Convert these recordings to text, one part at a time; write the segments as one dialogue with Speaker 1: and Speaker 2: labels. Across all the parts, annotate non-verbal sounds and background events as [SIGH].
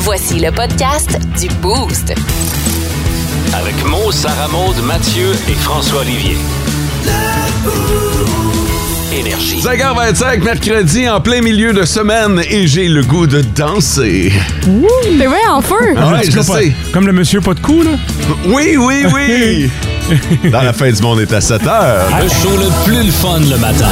Speaker 1: Voici le podcast du Boost.
Speaker 2: Hein?
Speaker 3: Avec Mo, Sarah Maud, Mathieu et François Olivier. Énergie.
Speaker 2: 5h25, mercredi, en plein milieu de semaine, et j'ai le goût de danser.
Speaker 4: Mais ouais, en feu!
Speaker 2: Ah, ouais,
Speaker 5: tu
Speaker 2: je
Speaker 5: comprends-
Speaker 2: sais.
Speaker 5: Comme le monsieur pas de cou, là.
Speaker 2: Oui, oui,
Speaker 5: [LAUGHS]
Speaker 2: oui! Dans la fin du monde est à 7
Speaker 5: Ah.
Speaker 2: heures.
Speaker 3: Le show le plus le fun le matin.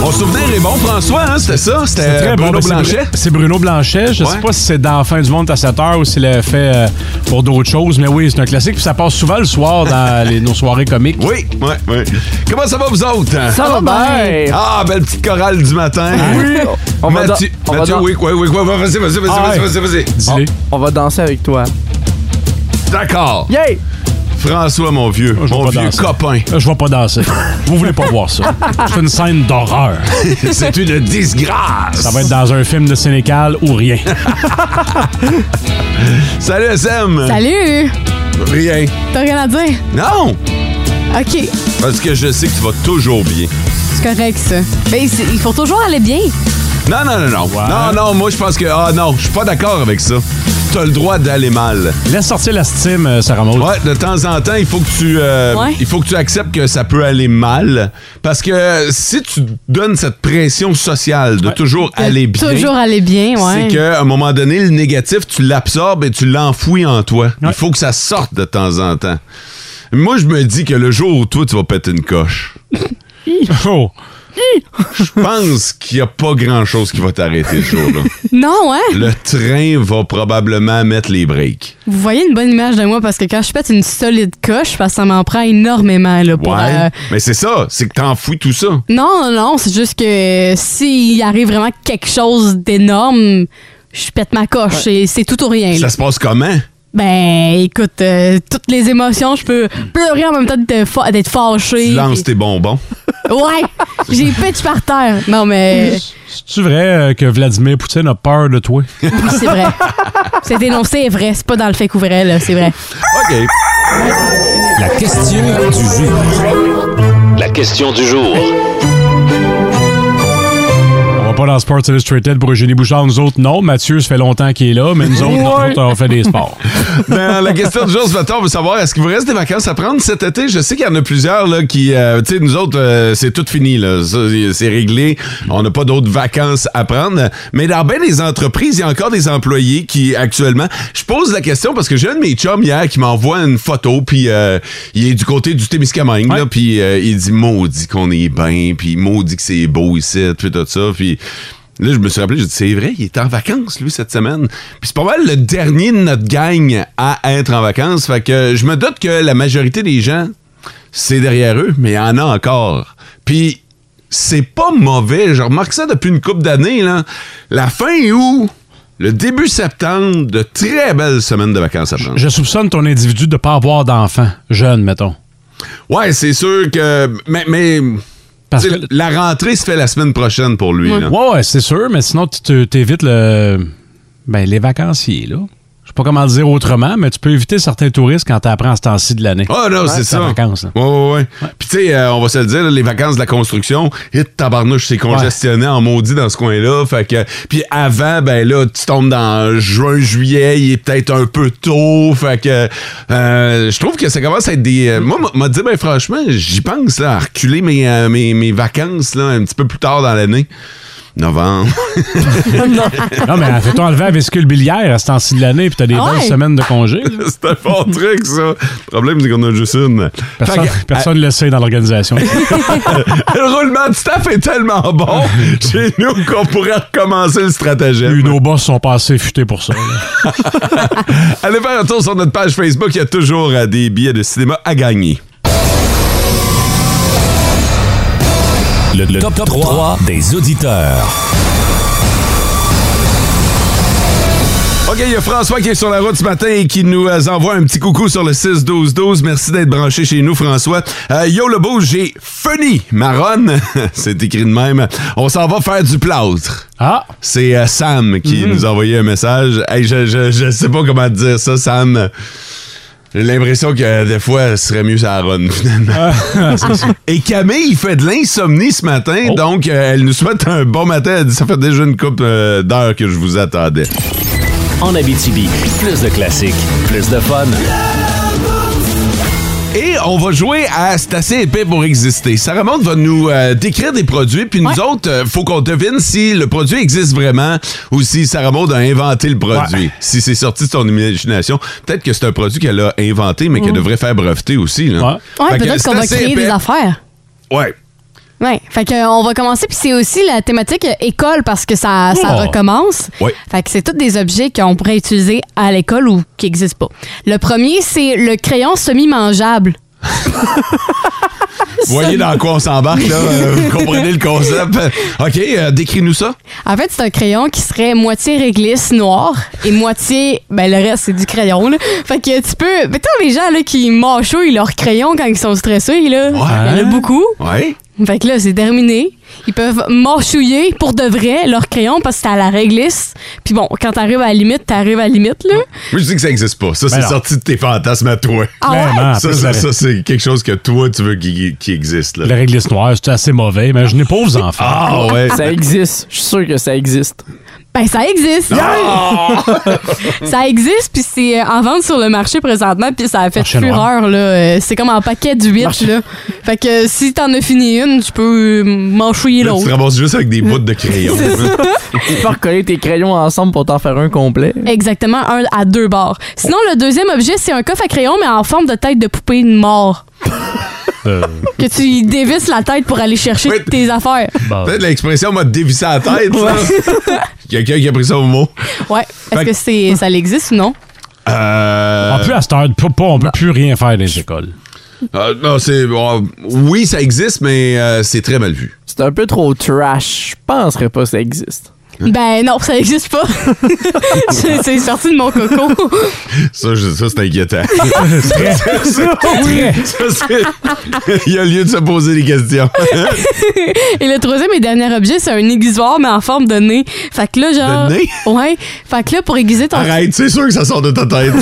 Speaker 2: Mon souvenir est bon, François, hein, c'était ça? C'était
Speaker 5: Très bon, ben,
Speaker 2: Bruno
Speaker 5: c'est
Speaker 2: Blanchet?
Speaker 5: Bru- C'est Bruno Blanchet. Je
Speaker 2: Ouais.
Speaker 5: sais pas si c'est dans la fin du monde à 7 heures ou s'il l'a fait euh, pour d'autres choses, mais oui, c'est un classique. Puis ça passe souvent le soir
Speaker 2: [LAUGHS]
Speaker 5: dans les- nos soirées comiques.
Speaker 2: Oui, oui, oui. Comment ça va, vous autres?
Speaker 6: Ça va bien!
Speaker 2: Ah, belle petite chorale du matin.
Speaker 5: Ah.
Speaker 6: Oui. On va
Speaker 2: Mathieu,
Speaker 6: dans- on va
Speaker 2: Mathieu,
Speaker 6: dans-
Speaker 2: oui, oui, oui, oui, vas-y, vas-y, vas-y,
Speaker 5: Ah,
Speaker 2: vas-y,
Speaker 5: ouais.
Speaker 2: vas-y, vas-y.
Speaker 5: Dis-le.
Speaker 6: On va danser avec toi.
Speaker 2: D'accord. [LAUGHS]
Speaker 6: Yay!
Speaker 2: François, mon vieux,
Speaker 5: Ah, je vais
Speaker 2: mon
Speaker 5: pas
Speaker 2: vieux
Speaker 5: danser.
Speaker 2: copain.
Speaker 5: Euh, Je vais pas danser. Vous voulez pas voir ça. C'est une scène d'horreur.
Speaker 2: [LAUGHS]
Speaker 5: [LAUGHS]
Speaker 2: C'est une disgrâce.
Speaker 5: Ça va être dans un film de Sénégal ou
Speaker 4: [LAUGHS]
Speaker 5: rien.
Speaker 2: Salut, SM.
Speaker 4: Salut!
Speaker 2: Rien.
Speaker 4: T'as rien à dire?
Speaker 2: Non,
Speaker 4: OK,
Speaker 2: parce que je sais que tu vas toujours bien.
Speaker 4: c'est correct, ça. Ben, c'est- il faut toujours aller bien.
Speaker 2: Non, non, non, non. Non, non, moi, je pense que... Ah non, je suis pas d'accord avec ça. T'as le droit d'aller mal.
Speaker 5: Laisse sortir la steam, euh, Sarah Maud.
Speaker 2: Ouais, de temps en temps, il faut que tu euh,
Speaker 4: Ouais.
Speaker 2: il faut que tu acceptes que ça peut aller mal parce que si tu donnes cette pression sociale de toujours aller bien,
Speaker 4: Toujours aller bien, ouais.
Speaker 2: c'est qu'à un moment donné le négatif, tu l'absorbes et tu l'enfouis en toi. Il
Speaker 5: Ouais.
Speaker 2: faut que ça sorte de temps en temps. Moi, je me dis que le jour où toi tu vas péter une coche,
Speaker 5: Oh.
Speaker 2: je pense qu'il n'y a pas grand-chose qui va t'arrêter ce jour-là.
Speaker 4: Non, ouais.
Speaker 2: Le train va probablement mettre les breaks.
Speaker 4: Vous voyez une bonne image de moi parce que quand je pète une solide coche, parce que ça m'en prend énormément, là,
Speaker 2: Ouais.
Speaker 4: pour. euh,
Speaker 2: Mais c'est ça, c'est que t'enfouis tout ça.
Speaker 4: Non, non, non, c'est juste que s'il arrive vraiment quelque chose d'énorme, je pète ma coche. C'est- C'est tout ou rien. là.
Speaker 2: Ça se passe comment?
Speaker 4: Ben, écoute, euh, toutes les émotions, je peux pleurer en même temps d'être fa- d'être fâchée.
Speaker 2: Tu lances tes bonbons.
Speaker 4: Ouais, j'ai pitch par terre. Non, mais
Speaker 5: C'est-tu vrai euh, que Vladimir Poutine a peur de toi?
Speaker 4: oui, c'est vrai. Cet énoncé est vrai. C'est pas dans le fait qu'ouvrait, là, c'est vrai.
Speaker 2: [LAUGHS] OK.
Speaker 3: La question du jour. La question du jour.
Speaker 5: On va pas dans Sports Illustrated pour Eugénie Bouchard. Nous autres, non. Mathieu, ça fait longtemps qu'il est là, mais
Speaker 2: [LAUGHS]
Speaker 5: nous autres, nous autres, on fait des sports.
Speaker 2: Dans Ben, la question du jour ce matin, on veut savoir est-ce qu'il vous reste des vacances à prendre cet été? Je sais qu'il y en a plusieurs là, qui. euh, tu sais, nous autres, euh, c'est tout fini. là. Ça, C'est réglé. On n'a pas d'autres vacances à prendre. Mais dans bien des entreprises, il y a encore des employés qui, actuellement. Je pose la question parce que j'ai un de mes chums hier qui m'envoie une photo, puis euh, il est du côté du Témiscamingue, là, puis euh, il dit maudit qu'on est bien, puis maudit que c'est beau ici, puis tout ça. Puis. Là, je me suis rappelé, j'ai dit, c'est vrai, il est en vacances, lui, cette semaine. Puis c'est pas mal le dernier de notre gang à être en vacances. Fait que je me doute que la majorité des gens, c'est derrière eux, mais il y en a encore. Puis c'est pas mauvais. Je remarque ça depuis une couple d'années, là. La fin août, le début septembre, de très belles semaines de vacances à prendre.
Speaker 5: Je soupçonne ton individu de ne pas avoir d'enfant, jeune, mettons.
Speaker 2: Ouais, c'est sûr que. Mais. mais
Speaker 5: Parce
Speaker 2: tu sais,
Speaker 5: que-
Speaker 2: La rentrée se fait la semaine prochaine pour lui. là.
Speaker 5: Ouais, ouais, c'est sûr, mais sinon, tu te- t'évites le. Ben, les vacanciers, là. Je sais pas comment le dire autrement, mais tu peux éviter certains touristes quand t'apprends à ce temps-ci de l'année.
Speaker 2: Ah non, c'est
Speaker 5: c'est
Speaker 2: ça.
Speaker 5: en
Speaker 2: [LAUGHS]
Speaker 5: vacances, [LAUGHS] là.
Speaker 2: Ouais, ouais, ouais. Puis tu sais, euh, on va se le dire, là, les vacances de la construction, et tabarnouche, c'est congestionné en maudit dans ce coin-là. Fait que puis avant, ben là, tu tombes dans juin, juillet, il est peut-être un peu tôt. Fait que euh, je trouve que ça commence à être des. euh, moi, m'a- m'a dit ben franchement, j'y pense là, à reculer mes, euh, mes, mes vacances là un petit peu plus tard dans l'année. Novembre. [LAUGHS]
Speaker 5: non, mais fais-toi enlever la vésicule biliaire à ce temps-ci de l'année, puis t'as des
Speaker 4: Ah
Speaker 5: belles
Speaker 4: ouais?
Speaker 5: semaines de congé. là.
Speaker 2: [LAUGHS] c'est un fort truc, ça. Le problème, c'est qu'on a juste une.
Speaker 5: Personne
Speaker 2: Fait que- euh,
Speaker 5: personne le sait dans
Speaker 2: [LAUGHS]
Speaker 5: l'organisation.
Speaker 2: Le roulement de staff est tellement bon chez nous qu'on pourrait recommencer le stratagème.
Speaker 5: Nos boss sont pas assez futés pour ça. là.
Speaker 2: Allez faire un tour sur notre page Facebook, il y a toujours euh, des billets de cinéma à gagner.
Speaker 3: Le, top, 3 des auditeurs.
Speaker 2: OK, il y a François qui est sur la route ce matin et qui nous euh, envoie un petit coucou sur le 6-12-12. Merci d'être branché chez nous, François. Euh, yo, le beau, j'ai funny marronne. [LAUGHS] C'est écrit de même. On s'en va faire du plâtre.
Speaker 5: Ah!
Speaker 2: C'est euh, Sam qui nous a envoyé un message. Hey, je, je, je sais pas comment te dire ça, Sam. J'ai l'impression que euh, des fois, ce serait mieux ça run, [LAUGHS] finalement. Et Camille, il fait de l'insomnie ce matin, donc euh, elle nous souhaite un bon matin. Elle dit Ça fait déjà une couple euh, d'heures que je vous attendais.
Speaker 3: En Abitibi, plus de classiques, plus de fun.
Speaker 2: Et on va jouer à C'est assez épais pour exister. Sarah Maud va nous euh, décrire des produits, puis nous autres, euh, faut qu'on devine si le produit existe vraiment ou si Sarah Maud a inventé le produit. Si c'est sorti de son imagination, peut-être que c'est un produit qu'elle a inventé, mais qu'elle devrait faire breveter aussi. Là.
Speaker 4: Mm. Ouais,
Speaker 2: Fait que
Speaker 4: peut-être
Speaker 2: c'est
Speaker 4: qu'on va
Speaker 2: assez
Speaker 4: créer
Speaker 2: épais.
Speaker 4: des affaires.
Speaker 2: Ouais.
Speaker 4: Ouais, fait que euh, on va commencer puis c'est aussi la thématique euh, école parce que ça, ça
Speaker 2: Oh.
Speaker 4: recommence.
Speaker 2: Ouais.
Speaker 4: Fait que c'est tous des objets qu'on pourrait utiliser à l'école ou qui n'existent pas. Le premier c'est le crayon semi-mangeable.
Speaker 2: Vous voyez dans quoi on s'embarque, là. euh, Vous comprenez
Speaker 4: [LAUGHS]
Speaker 2: le concept. OK, euh, décris-nous ça.
Speaker 4: En fait, c'est un crayon qui serait moitié réglisse noire et moitié ben le reste c'est du crayon là. Fait que tu peux mais t'as les gens là qui mâchouillent leur crayon quand ils sont stressés là. Il y en a beaucoup.
Speaker 2: Ouais.
Speaker 4: Fait que là, c'est terminé. Ils peuvent mâchouiller pour de vrai leur crayon parce que c'est à la réglisse. Puis bon, quand t'arrives à la limite, t'arrives à la limite, là.
Speaker 2: Moi, je dis que ça n'existe pas. Ça,
Speaker 5: Ben
Speaker 2: c'est
Speaker 5: non.
Speaker 2: sorti de tes fantasmes à toi.
Speaker 4: Ah ouais?
Speaker 5: Clairement,
Speaker 2: ça,
Speaker 5: après,
Speaker 2: ça,
Speaker 5: ça-
Speaker 2: ça, [LAUGHS] c'est quelque chose que toi, tu veux qui, qui existe.
Speaker 5: La
Speaker 2: Là.
Speaker 5: réglisse noire, c'est assez mauvais, mais je n'ai pas aux enfants.
Speaker 2: Ah, ouais.
Speaker 6: Ça existe. Je suis sûr que ça existe.
Speaker 4: Ben, ça existe! [LAUGHS] ça existe, puis c'est euh, en vente sur le marché présentement, puis ça a fait
Speaker 5: Marché
Speaker 4: fureur, là. Euh, C'est comme en paquet d'huîtres, là. Fait que euh, si t'en as fini une, tu peux euh, mâchouiller
Speaker 2: Là, tu te
Speaker 4: l'autre.
Speaker 2: ramasses juste avec des bouts de crayon.
Speaker 6: Tu peux recoller tes crayons ensemble pour t'en faire un complet.
Speaker 4: Exactement, un à deux bords. Sinon, le deuxième objet, c'est un coffre à crayon, mais en forme de tête de poupée de mort.
Speaker 5: Euh,
Speaker 4: Que tu y dévisses la tête pour aller chercher
Speaker 2: Oui.
Speaker 4: tes affaires.
Speaker 5: bon.
Speaker 2: Peut-être l'expression m'a dévissé la tête. là. [LAUGHS] Quelqu'un qui a pris ça au mot.
Speaker 4: Ouais. Est-ce
Speaker 2: Fait que-
Speaker 4: que c'est ça existe ou non?
Speaker 2: Euh,
Speaker 5: En plus, à cette heure, pas- pas- on peut plus rien faire dans les écoles.
Speaker 2: euh, non, c'est. euh, oui, ça existe, mais euh, c'est très mal vu.
Speaker 6: C'est un peu trop trash. Je penserais pas que ça existe.
Speaker 4: Ben non, ça n'existe pas. [LAUGHS] c'est c'est sorti de mon coco.
Speaker 2: Ça, je- ça,
Speaker 5: [LAUGHS]
Speaker 2: c'est inquiétant. [LAUGHS] Ça, c'est- Il y a lieu de se poser des questions.
Speaker 4: Et le troisième et dernier objet, c'est un aiguisoir, mais en forme de nez. Fait que là, genre.
Speaker 2: De nez?
Speaker 4: Ouais. Fait que là, pour aiguiser ton.
Speaker 2: Arrête, c'est sûr que ça sort de ta tête.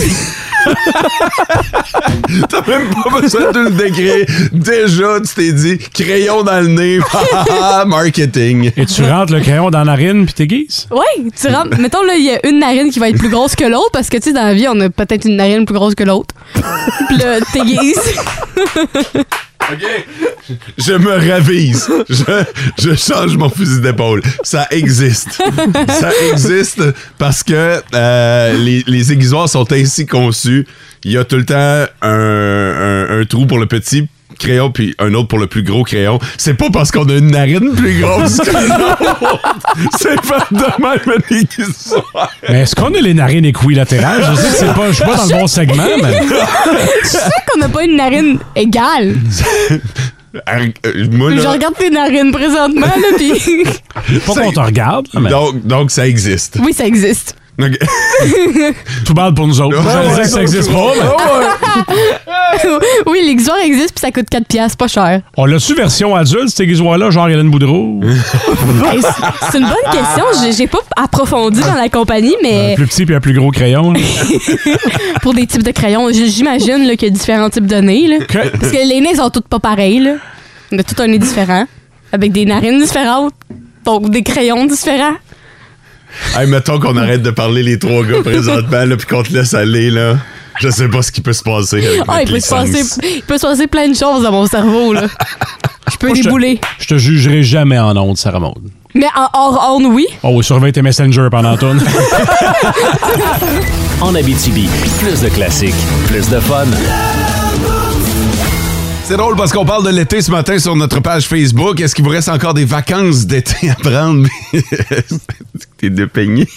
Speaker 2: T'as même pas besoin de le décrire. Déjà, tu t'es dit crayon dans le nez. [LAUGHS] Ah, Marketing.
Speaker 5: Et tu rentres le crayon dans la narine puis t'aiguises?
Speaker 4: Ouais, tu rentres. Mettons, là, il y a une narine qui va être plus grosse que l'autre, parce que, tu sais, dans la vie, on a peut-être une narine plus grosse que
Speaker 2: [LAUGHS]
Speaker 4: l'autre. Puis là, t'aiguises.
Speaker 2: OK. Je me ravise. Je, je change mon fusil d'épaule. Ça existe. Ça existe parce que euh, les, les aiguisoirs sont ainsi conçus. Il y a tout le temps un, un- un trou pour le petit crayon puis un autre pour le plus gros crayon. C'est pas parce qu'on a une narine plus grosse que l'autre.
Speaker 5: [LAUGHS]
Speaker 2: C'est pas de même un aiguisoir.
Speaker 5: Mais est-ce qu'on a les narines équilatérales? Je sais que c'est pas, je suis pas dans le bon segment, mais.
Speaker 4: C'est qu'on n'a pas une narine égale.
Speaker 2: Arr- euh, moi,
Speaker 4: Je
Speaker 2: là,
Speaker 4: regarde tes narines présentement, là, puis. [LAUGHS]
Speaker 5: Pas qu'on te regarde, mais.
Speaker 2: donc, donc, ça existe.
Speaker 4: oui, ça existe.
Speaker 2: OK.
Speaker 5: [LAUGHS] Tout bad pour nous autres.
Speaker 2: Ouais,
Speaker 5: Je
Speaker 2: ouais,
Speaker 5: disais que ça existe pas, mais.
Speaker 4: [LAUGHS] oui, l'aiguisoir existe, puis ça coûte 4 piastres, pas cher.
Speaker 5: On l'a-tu version adulte, cet aiguisoir-là, genre Hélène
Speaker 6: [LAUGHS]
Speaker 5: Boudreau?
Speaker 4: Hey, c'est- C'est une
Speaker 2: Ah,
Speaker 4: bonne question. J'ai- J'ai pas approfondi dans la compagnie,
Speaker 5: Un
Speaker 4: mais
Speaker 5: plus petit puis un plus gros crayon.
Speaker 6: [LAUGHS]
Speaker 5: là.
Speaker 4: pour des types de crayons, j- j'imagine là, qu'il y a différents types de nez. là.
Speaker 5: Que-
Speaker 4: Parce que les nez sont tous pas pareils. Là. On a tout un nez différent, avec des narines différentes, donc des crayons différents.
Speaker 2: Hey, mettons qu'on arrête de parler les trois gars présentement, là, puis qu'on te laisse aller, là. Je sais pas ce qui peut se passer. Avec
Speaker 4: Ah, il,
Speaker 2: notre
Speaker 4: peut se
Speaker 2: licence.
Speaker 4: passer, il peut se passer plein de choses dans mon cerveau. [LAUGHS] Là. Je peux
Speaker 5: Moi, je te-
Speaker 4: débouler.
Speaker 5: Je te jugerai jamais en ondes, Sarah Maud.
Speaker 4: Mais en hors on oui.
Speaker 5: Oh, surveille tes messengers pendant
Speaker 2: [LAUGHS]
Speaker 5: ton.
Speaker 3: En Abitibi, plus de classiques, plus de fun.
Speaker 2: C'est drôle parce qu'on parle de l'été ce matin sur notre page Facebook. Est-ce qu'il vous reste encore des vacances d'été à prendre? [LAUGHS] T'es [LAUGHS] dépeigné.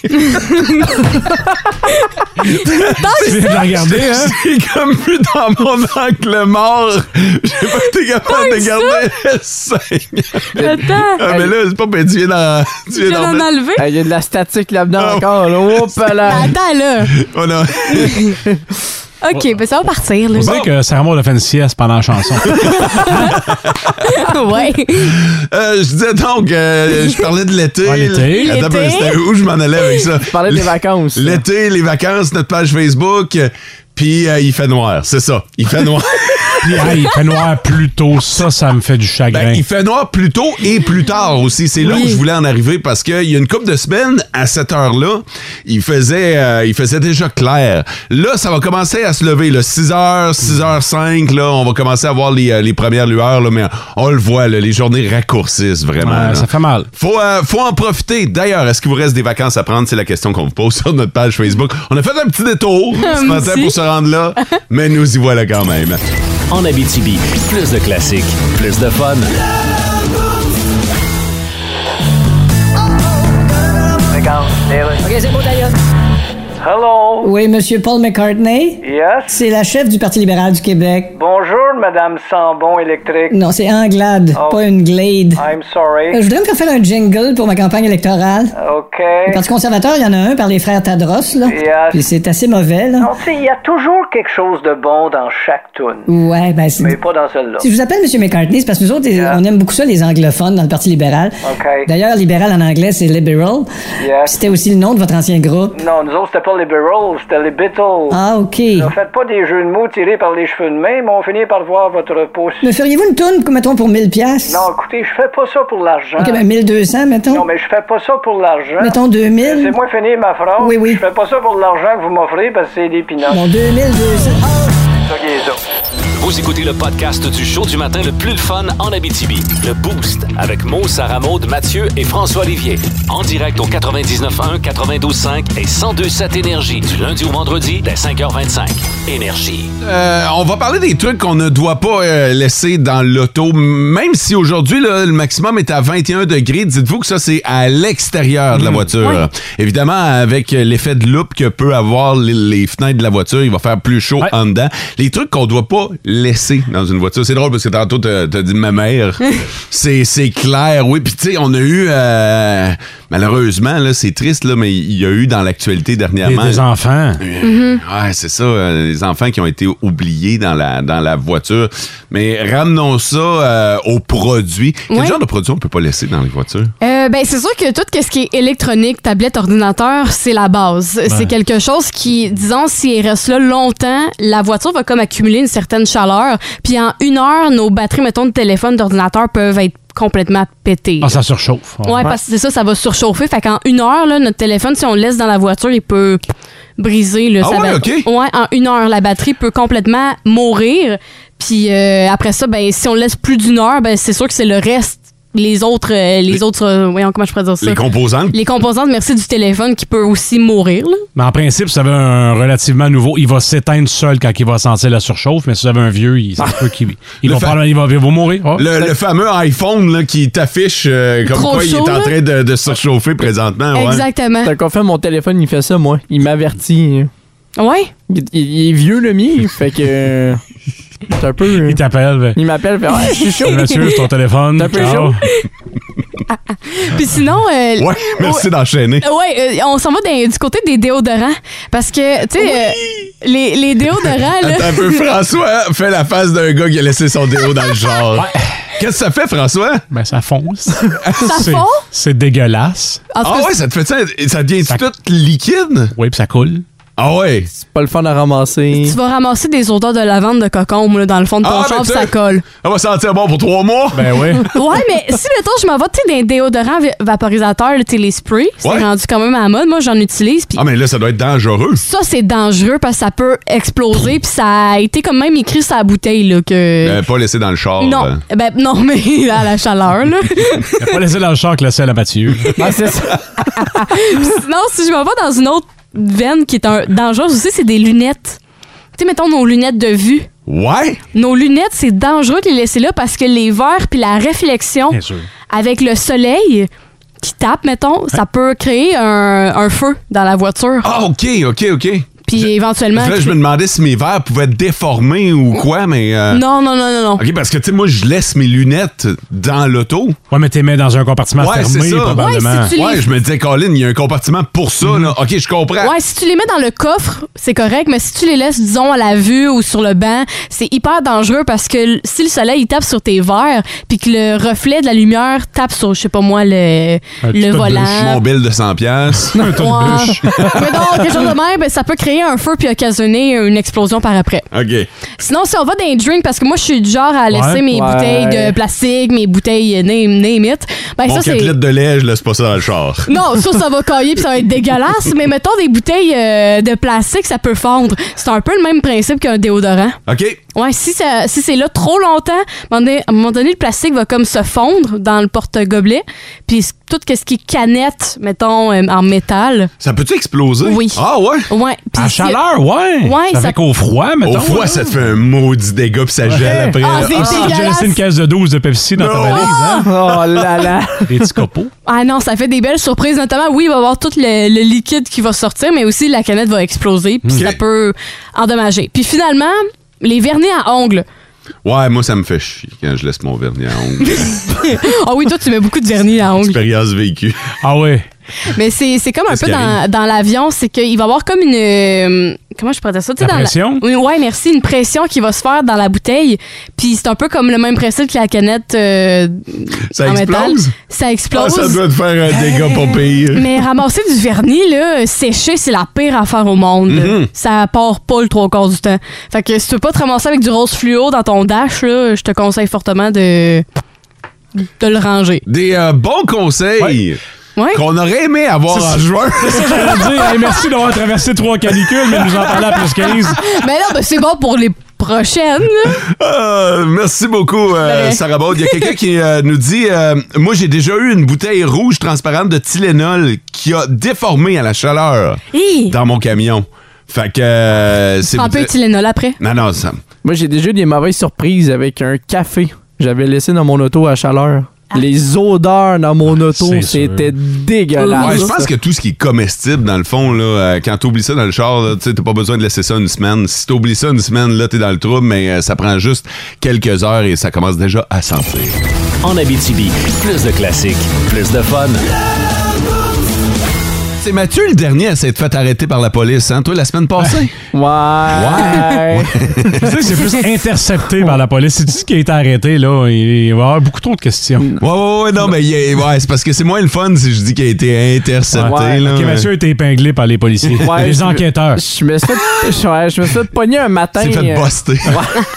Speaker 5: tu viens de la regarder, hein?
Speaker 2: J'ai comme plus dans mon angle mort. J'ai pas été capable de garder ça.
Speaker 4: Attends.
Speaker 2: Ah, mais là, c'est pas ben, tu viens d'en- tu
Speaker 4: Je
Speaker 2: viens
Speaker 4: vais
Speaker 2: d'en
Speaker 4: en
Speaker 2: mettre.
Speaker 4: enlever.
Speaker 6: Il y a de la statique là-dedans
Speaker 2: Oh.
Speaker 6: encore. Là. Oups là.
Speaker 4: Attends, là.
Speaker 6: [LAUGHS]
Speaker 2: On a-
Speaker 4: OK, ben ça va partir,
Speaker 5: On
Speaker 4: là.
Speaker 5: dirait que Sarah Maud a fait une sieste pendant la
Speaker 2: [LAUGHS]
Speaker 5: chanson.
Speaker 4: ouais.
Speaker 2: Euh, je disais donc, euh, je parlais de l'été.
Speaker 5: Ouais, Ah, l'été.
Speaker 2: Attends,
Speaker 4: L'été.
Speaker 2: c'était où je m'en allais avec ça?
Speaker 6: Tu parlais des vacances.
Speaker 2: L'été, les vacances, notre page Facebook. euh, puis euh, il fait noir, c'est ça. Il fait noir.
Speaker 5: [LAUGHS] Puis, hey, il fait noir plus tôt, ça, ça me fait du chagrin.
Speaker 2: Ben, il fait noir plus tôt et plus tard aussi. C'est là où je voulais en arriver parce qu'il y a une couple de semaines, à cette heure-là, il faisait euh, il faisait déjà clair. Là, ça va commencer à se lever. Là, 6h, 6h05, là, on va commencer à voir les, euh, les premières lueurs, là, mais on le voit, là, les journées raccourcissent vraiment.
Speaker 5: Ouais,
Speaker 2: là.
Speaker 5: ça fait mal.
Speaker 2: Faut, euh, faut en profiter. D'ailleurs, est-ce qu'il vous reste des vacances à prendre? C'est la question qu'on vous pose sur notre page Facebook. On a fait un petit détour
Speaker 5: [LAUGHS]
Speaker 2: ce
Speaker 4: Un
Speaker 2: matin
Speaker 4: petit.
Speaker 2: pour se rendre là, mais nous y voilà quand même.
Speaker 3: En Abitibi, plus de classiques, plus de fun.
Speaker 7: Hello.
Speaker 8: Oui, Monsieur Paul McCartney.
Speaker 7: Yes.
Speaker 8: C'est la chef du Parti libéral du Québec.
Speaker 7: Bonjour, Madame Sambon électrique.
Speaker 8: Non, c'est Anglade,
Speaker 7: Oh.
Speaker 8: pas une Glade. Euh,
Speaker 7: I'm
Speaker 8: Je
Speaker 7: sorry.
Speaker 8: voudrais me faire faire un jingle pour ma campagne électorale.
Speaker 7: OK.
Speaker 8: Le Parti conservateur, il y en a un par les frères Tadros, là.
Speaker 7: Yes.
Speaker 8: Puis c'est assez mauvais, là.
Speaker 7: Non, tu sais, il y a toujours quelque chose de bon dans chaque tune,
Speaker 8: Ouais, ben c'est...
Speaker 7: mais pas dans celle-là.
Speaker 8: Si je vous appelle Monsieur McCartney, c'est parce que nous autres,
Speaker 7: Yeah.
Speaker 8: on aime beaucoup ça, les anglophones, dans le Parti libéral.
Speaker 7: OK.
Speaker 8: D'ailleurs, libéral en anglais, c'est liberal.
Speaker 7: Yes.
Speaker 8: Puis C'était aussi le nom de votre ancien groupe.
Speaker 7: Non, nous autres, c'était pas les Beatles, c'était les Beatles.
Speaker 8: Ah, OK.
Speaker 7: Ne faites pas des jeux de mots tirés par les cheveux de main, mais on finit par voir votre pouce.
Speaker 8: Me feriez-vous une tourne, mettons, pour 1000 piastres?
Speaker 7: Non, écoutez, je fais pas ça pour l'argent.
Speaker 8: OK, ben 1200, mettons.
Speaker 7: Non, mais je fais pas ça pour l'argent.
Speaker 8: Mettons 2000.
Speaker 7: C'est moi finir ma phrase.
Speaker 8: Oui, oui.
Speaker 7: Je fais pas ça pour l'argent que vous m'offrez parce que c'est des pinottes.
Speaker 8: Bon, 2200.
Speaker 7: Ça qui est ça.
Speaker 3: Vous écoutez le podcast du show du matin le plus fun en Abitibi, le Boost, avec Mo, Sarah Maud, Mathieu et François Olivier. En direct au 99.1, 92.5 et 102.7 Énergie du lundi au vendredi dès 5h25. Énergie.
Speaker 2: Euh, on va parler des trucs qu'on ne doit pas euh, laisser dans l'auto, même si aujourd'hui là, le maximum est à 21 degrés. Dites-vous que ça c'est à l'extérieur de
Speaker 5: Mm.
Speaker 2: la voiture. Évidemment, avec euh, l'effet de loupe que peut avoir les, les fenêtres de la voiture, il va faire plus chaud
Speaker 5: Ouais.
Speaker 2: en dedans. Les trucs qu'on doit pas laisser dans une voiture, c'est drôle parce que tantôt t'as t'as dit
Speaker 5: [LAUGHS]
Speaker 2: ma mère. c'est c'est clair, oui. Puis tu sais, on a eu euh, malheureusement là, c'est triste là, mais il y a eu dans l'actualité
Speaker 5: Et
Speaker 2: dernièrement Euh,
Speaker 5: des enfants. Mm-hmm.
Speaker 2: Ouais, c'est ça, euh, les enfants qui ont été oubliés dans la, dans la voiture. Mais ramenons ça euh, aux produits. Quel
Speaker 4: Ouais.
Speaker 2: genre de produits on peut pas laisser dans les voitures?
Speaker 4: Euh, ben, c'est sûr que tout ce qui est électronique, tablette, ordinateur, c'est la base. C'est quelque chose qui, disons, s'il reste là longtemps, la voiture va comme accumuler une certaine chaleur. Puis en une heure, nos batteries, mettons, de téléphone, d'ordinateur peuvent être complètement pétées.
Speaker 5: Ah, ça surchauffe.
Speaker 4: Ouais, parce que c'est ça, ça va surchauffer. Fait qu'en une heure, là, notre téléphone, si on le laisse dans la voiture, il peut briser. Là,
Speaker 2: Ah
Speaker 4: ça
Speaker 2: ouais,
Speaker 4: va-
Speaker 2: ok.
Speaker 4: Ouais, en une heure, la batterie peut complètement mourir. Puis euh, après ça, ben, si on le laisse plus d'une heure, ben, c'est sûr que c'est le reste, les autres, euh, les,
Speaker 2: Les-
Speaker 4: autres, euh, voyons comment je pourrais dire ça.
Speaker 2: Les composantes?
Speaker 4: Les composantes, merci du téléphone, qui peut aussi mourir. là.
Speaker 5: Mais en principe, si vous avez un relativement nouveau, il va s'éteindre seul quand il va sentir la surchauffe, mais si vous avez un vieux, il, ça se peut qu'il- il
Speaker 2: Le
Speaker 5: va,
Speaker 2: fait-
Speaker 5: probablement- il va, il va mourir. Oh,
Speaker 6: [LAUGHS]
Speaker 5: ouais.
Speaker 2: Le, le fameux iPhone là, qui t'affiche euh, comme
Speaker 4: Trop
Speaker 2: quoi il est
Speaker 4: chaud,
Speaker 2: en
Speaker 4: là.
Speaker 2: train de, de surchauffer présentement. Ah, ouais.
Speaker 4: Exactement.
Speaker 6: T'as qu'à faire mon téléphone, il fait ça, moi. Il m'avertit.
Speaker 4: Ouais.
Speaker 6: Il, il- il est vieux, le mien. Fait que. euh, C'est un peu. euh,
Speaker 5: Il t'appelle. ben,
Speaker 6: Il m'appelle, fait, ouais, je suis chaud.
Speaker 5: Mathieu, c'est ton téléphone.
Speaker 6: T'as un peu
Speaker 5: Ciao.
Speaker 6: chaud.
Speaker 4: Puis sinon, euh,
Speaker 2: Ouais, merci d'enchaîner.
Speaker 4: Ouais, euh, on s'en va dans- du côté des déodorants. Parce que, tu sais, euh, les, les déodorants, là.
Speaker 2: Attends un
Speaker 4: [LAUGHS]
Speaker 2: peu, François fait la face d'un gars qui a laissé son déo
Speaker 5: [LAUGHS]
Speaker 2: dans le genre. Qu'est-ce que ça fait, François?
Speaker 5: Ben, ça fonce. C'est-
Speaker 4: fond?
Speaker 5: C'est dégueulasse.
Speaker 4: en tout
Speaker 2: Ah
Speaker 4: cas,
Speaker 2: ouais, ça te fait ça, ça devient
Speaker 5: Ça-
Speaker 2: tout liquide?
Speaker 5: Oui, puis ça coule.
Speaker 2: Ah ouais.
Speaker 6: C'est pas le fun à ramasser.
Speaker 4: Tu vas ramasser des odeurs de lavande de cocon là, dans le fond de ton
Speaker 2: Ah,
Speaker 4: char,
Speaker 2: mais
Speaker 4: pis
Speaker 2: tu-
Speaker 4: ça colle.
Speaker 2: On va sentir bon pour trois mois.
Speaker 5: Ben oui.
Speaker 4: Ouais, mais si, mettons, je m'en vais, tu sais, d'un déodorant vi- vaporisateur, là, tu sais, les sprays, c'est
Speaker 2: Ouais.
Speaker 4: rendu quand même à la mode. Moi, j'en utilise, puis
Speaker 2: [LAUGHS] Ah, mais là, ça doit être dangereux.
Speaker 4: ça, c'est dangereux parce que ça peut exploser, puis ça a été comme même écrit sur la bouteille, là, que...
Speaker 2: Euh, pas laissé dans le char. euh.
Speaker 4: non, ben non, mais [LAUGHS] à la chaleur, là.
Speaker 5: Il faut pas laisser dans le char que le sel à Mathieu.
Speaker 6: Ah, c'est ça.
Speaker 4: Sinon, si je m'en vais dans une autre veine qui est un, dangereuse aussi, c'est des lunettes. Tu sais, mettons nos lunettes de vue.
Speaker 2: Ouais?
Speaker 4: Nos lunettes, c'est dangereux de les laisser là parce que les verres puis la réflexion
Speaker 8: [LAUGHS]
Speaker 5: Bien sûr.
Speaker 4: avec le soleil qui tape, mettons, ça peut créer un, un feu dans la voiture.
Speaker 2: Ah, OK, OK, OK.
Speaker 4: puis éventuellement.
Speaker 2: Là, je me demandais si mes verres pouvaient être déformés ou quoi, mais. euh,
Speaker 4: Non, non, non, non, non.
Speaker 2: OK, parce que, tu sais, moi, je laisse mes lunettes dans l'auto.
Speaker 5: Ouais, mais t'es mis dans un compartiment
Speaker 2: Ouais, c'est
Speaker 5: fermé,
Speaker 2: ça.
Speaker 5: probablement. Mm-hmm.
Speaker 4: Ouais, si tu-
Speaker 2: Ouais,
Speaker 4: les-
Speaker 2: je me disais, Colin, il y a un compartiment pour ça, là. OK, je comprends.
Speaker 4: Ouais, si tu les mets dans le coffre, c'est correct, mais si tu les laisses, disons, à la vue ou sur le banc, c'est hyper dangereux parce que l- si le soleil il tape sur tes verres, puis que le reflet de la lumière tape sur, je sais pas moi, le,
Speaker 5: Un
Speaker 4: le
Speaker 5: petit
Speaker 2: Je suis
Speaker 4: volant.
Speaker 2: Mon bill de 100$. piastres.
Speaker 5: [LAUGHS] Un tas de
Speaker 4: Ouais.
Speaker 5: bûches.
Speaker 2: [LAUGHS]
Speaker 4: mais donc, quelque chose de même, ben, ça peut créer créer un feu puis occasionner une explosion par après.
Speaker 2: OK.
Speaker 4: Sinon, si on va dans les drinks, parce que moi, je suis du genre à laisser
Speaker 5: Ouais.
Speaker 4: mes
Speaker 6: Ouais.
Speaker 4: bouteilles de plastique, mes bouteilles euh, name, name it, ben
Speaker 2: Mon
Speaker 4: ça,
Speaker 2: 4
Speaker 4: c'est...
Speaker 2: litres de lait, je laisse pas ça dans le char.
Speaker 4: [LAUGHS] Non, ça, ça va cailler puis ça va être dégueulasse, mais mettons des bouteilles euh, de plastique, ça peut fondre. C'est un peu le même principe qu'un déodorant.
Speaker 2: OK.
Speaker 4: Ouais, si, ça- si c'est là trop longtemps, à un moment donné- à un moment donné, le plastique va comme se fondre dans le porte-gobelet. Puis c- tout ce qui est canette, mettons, euh, en métal.
Speaker 2: Ça peut-tu exploser?
Speaker 4: Oui.
Speaker 2: Ah ouais?
Speaker 4: Ouais. puis
Speaker 5: À
Speaker 4: si-
Speaker 5: chaleur, ouais.
Speaker 4: Ouais,
Speaker 5: ça
Speaker 4: ça-
Speaker 5: fait qu'au froid, mettons.
Speaker 2: Au froid,
Speaker 5: là.
Speaker 2: ça te fait un maudit dégât puis ça gèle après.
Speaker 4: Ah, c'est
Speaker 5: Ah, t'as déjà
Speaker 4: dégueulasse.
Speaker 5: laissé une caisse de 12 de Pepsi dans ta
Speaker 2: Non.
Speaker 5: valise, hein?
Speaker 6: [LAUGHS] Oh là là.
Speaker 5: Des petits copeaux.
Speaker 4: Ah non, ça fait des belles surprises. Notamment, oui, il va y avoir tout le, le liquide qui va sortir, mais aussi la canette va exploser. Puis ça
Speaker 2: Ok.
Speaker 4: peut endommager. Puis finalement, les vernis à
Speaker 2: [LAUGHS]
Speaker 4: ongles.
Speaker 2: Ouais, moi, ça me fait chier quand je laisse mon vernis à
Speaker 4: [LAUGHS]
Speaker 2: ongles.
Speaker 4: Ah oui, toi, tu mets beaucoup de vernis à ongles.
Speaker 2: Expérience vécue.
Speaker 5: Ah ouais.
Speaker 4: Mais c'est c'est comme un
Speaker 2: Qu'est-ce
Speaker 4: peu
Speaker 2: qui
Speaker 4: dans,
Speaker 2: arrive?
Speaker 4: dans l'avion, c'est qu'il va y avoir comme une. euh, comment je pourrais dire ça? Tu sais,
Speaker 5: La
Speaker 4: dans
Speaker 5: pression?
Speaker 4: Oui, ouais, merci. Une pression qui va se faire dans la bouteille. Puis c'est un peu comme le même principe que la canette euh,
Speaker 2: Ça
Speaker 4: en métal.
Speaker 2: explose?
Speaker 4: Ça
Speaker 2: Ah,
Speaker 4: explose.
Speaker 2: ça doit te faire un dégât pas pire.
Speaker 4: Mais ramasser du vernis, là, séché, c'est la pire affaire au monde.
Speaker 6: Mm-hmm.
Speaker 4: Ça part pas le trois quarts du temps. Fait que si tu veux pas te ramasser avec du rose fluo dans ton dash, là, je te conseille fortement
Speaker 6: [LAUGHS]
Speaker 4: de, de le ranger.
Speaker 2: Des euh, bons conseils
Speaker 4: Ouais.
Speaker 2: qu'on aurait aimé avoir en juin.
Speaker 5: Je veux dire, hey, merci d'avoir traversé trois canicules, mais nous en parler à plus 15.
Speaker 4: Mais là, ben, c'est bon pour les prochaines. là.
Speaker 2: Euh, merci beaucoup, euh,
Speaker 4: Ouais.
Speaker 2: Sarah Baud. Il y a quelqu'un qui euh, nous dit euh, Moi, j'ai déjà eu une bouteille rouge transparente de Tylenol qui a déformé à la chaleur
Speaker 4: Hi!
Speaker 2: dans mon camion. Fait que. euh, c'est.
Speaker 4: Prends un peu de Tylenol après.
Speaker 2: Non, non, ça.
Speaker 6: Moi, j'ai déjà eu des mauvaises surprises avec un café. J'avais laissé dans mon auto à chaleur. Les odeurs dans mon auto,
Speaker 5: Ah, c'est sûr.
Speaker 6: c'était dégueulasse.
Speaker 2: Ouais, je pense que tout ce qui est comestible, dans le fond, là, euh, quand t'oublies ça dans le char, là, tu sais, t'as pas besoin de laisser ça une semaine. Si t'oublies ça une semaine, là, t'es dans le trouble, mais euh, ça prend juste quelques heures et ça commence déjà à sentir.
Speaker 3: En Abitibi, plus de classiques, plus de fun.
Speaker 2: C'est Mathieu le dernier à s'être fait arrêter par la police, hein, toi, la
Speaker 6: [LAUGHS]
Speaker 2: semaine passée?
Speaker 6: Ouais.
Speaker 5: [LAUGHS] Tu sais, c'est plus intercepté par la police. C'est ce qui a été arrêté, là. Il va y avoir beaucoup trop de questions.
Speaker 2: Ouais, ouais, ouais, non, mais il est- ouais, c'est parce que c'est moins le fun si je dis qu'il a été intercepté.
Speaker 6: Ouais,
Speaker 2: là,
Speaker 5: Ok,
Speaker 2: mais-
Speaker 5: Mathieu a été épinglé par les policiers.
Speaker 6: Ouais,
Speaker 5: les
Speaker 6: je-
Speaker 5: enquêteurs.
Speaker 6: Je me suis fait, ouais, je me suis fait pogner un matin.
Speaker 2: s'est fait
Speaker 6: euh,
Speaker 2: buster.
Speaker 5: [LAUGHS]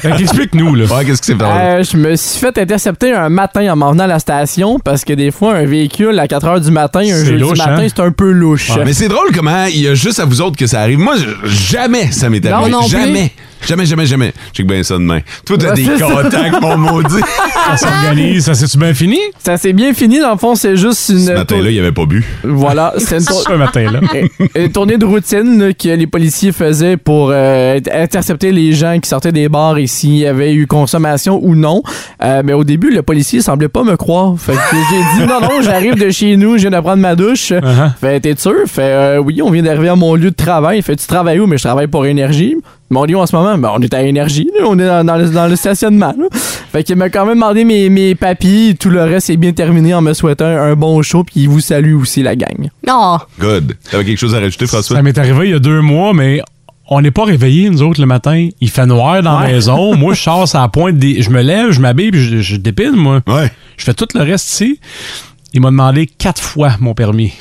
Speaker 5: Fait que Explique-nous, là.
Speaker 2: Ouais, qu'est-ce qui s'est fait?
Speaker 6: Euh, je me suis fait intercepter un matin en m'en venant à la station parce que des fois, un véhicule à 4 h du matin, un
Speaker 5: C'est
Speaker 6: jeudi
Speaker 5: louche,
Speaker 6: matin,
Speaker 5: hein?
Speaker 6: c'est un peu louche.
Speaker 2: mais c'est drôle comment il y a juste à vous autres que ça arrive. Moi, je- jamais ça m'est
Speaker 4: Non,
Speaker 2: arrivé.
Speaker 4: non plus.
Speaker 2: jamais. Jamais, jamais, jamais. J'ai que ben ça demain. Toi, t'as
Speaker 6: Ouais,
Speaker 2: des
Speaker 6: c'est ça.
Speaker 2: contacts,
Speaker 6: [LAUGHS]
Speaker 2: mon maudit.
Speaker 5: Ça s'organise. Ça s'est-tu bien fini?
Speaker 6: Ça s'est bien fini, dans le fond, c'est juste une.
Speaker 2: Ce matin-là, il avait pas bu.
Speaker 6: Voilà, c'est une, tour-
Speaker 5: Ce
Speaker 6: [LAUGHS]
Speaker 5: matin-là.
Speaker 6: une tournée de routine là, que les policiers faisaient pour euh, intercepter les gens qui sortaient des bars et s'il y avait eu consommation ou non. Euh, mais au début, le policier semblait pas me croire. Fait que j'ai dit non, non, j'arrive de chez nous, je viens de prendre ma douche.
Speaker 5: Uh-huh.
Speaker 6: Fait t'es sûr? Fait euh, oui, on vient d'arriver à mon lieu de travail. Fait tu travailles où? Mais je travaille pour énergie. Mon lieu en ce moment, ben, on est à énergie, là. on est dans, dans le, dans le stationnement. là. Fait qu'il m'a quand même demandé mes, mes papiers, tout le reste est bien terminé en me souhaitant un bon show, puis il vous salue aussi la gang.
Speaker 4: Non.
Speaker 2: Good. T'avais quelque chose à
Speaker 6: [LAUGHS]
Speaker 2: rajouter, François?
Speaker 5: Ça m'est arrivé il y a deux mois, mais on n'est pas réveillés, nous autres, le matin. Il fait noir dans la
Speaker 6: [LAUGHS]
Speaker 5: maison. Moi, je sors à la pointe des. Je me lève, je m'habille, puis je, je dépile, moi.
Speaker 2: Ouais.
Speaker 5: Je fais tout le reste ici. Il m'a demandé quatre fois mon
Speaker 2: [LAUGHS]
Speaker 5: permis.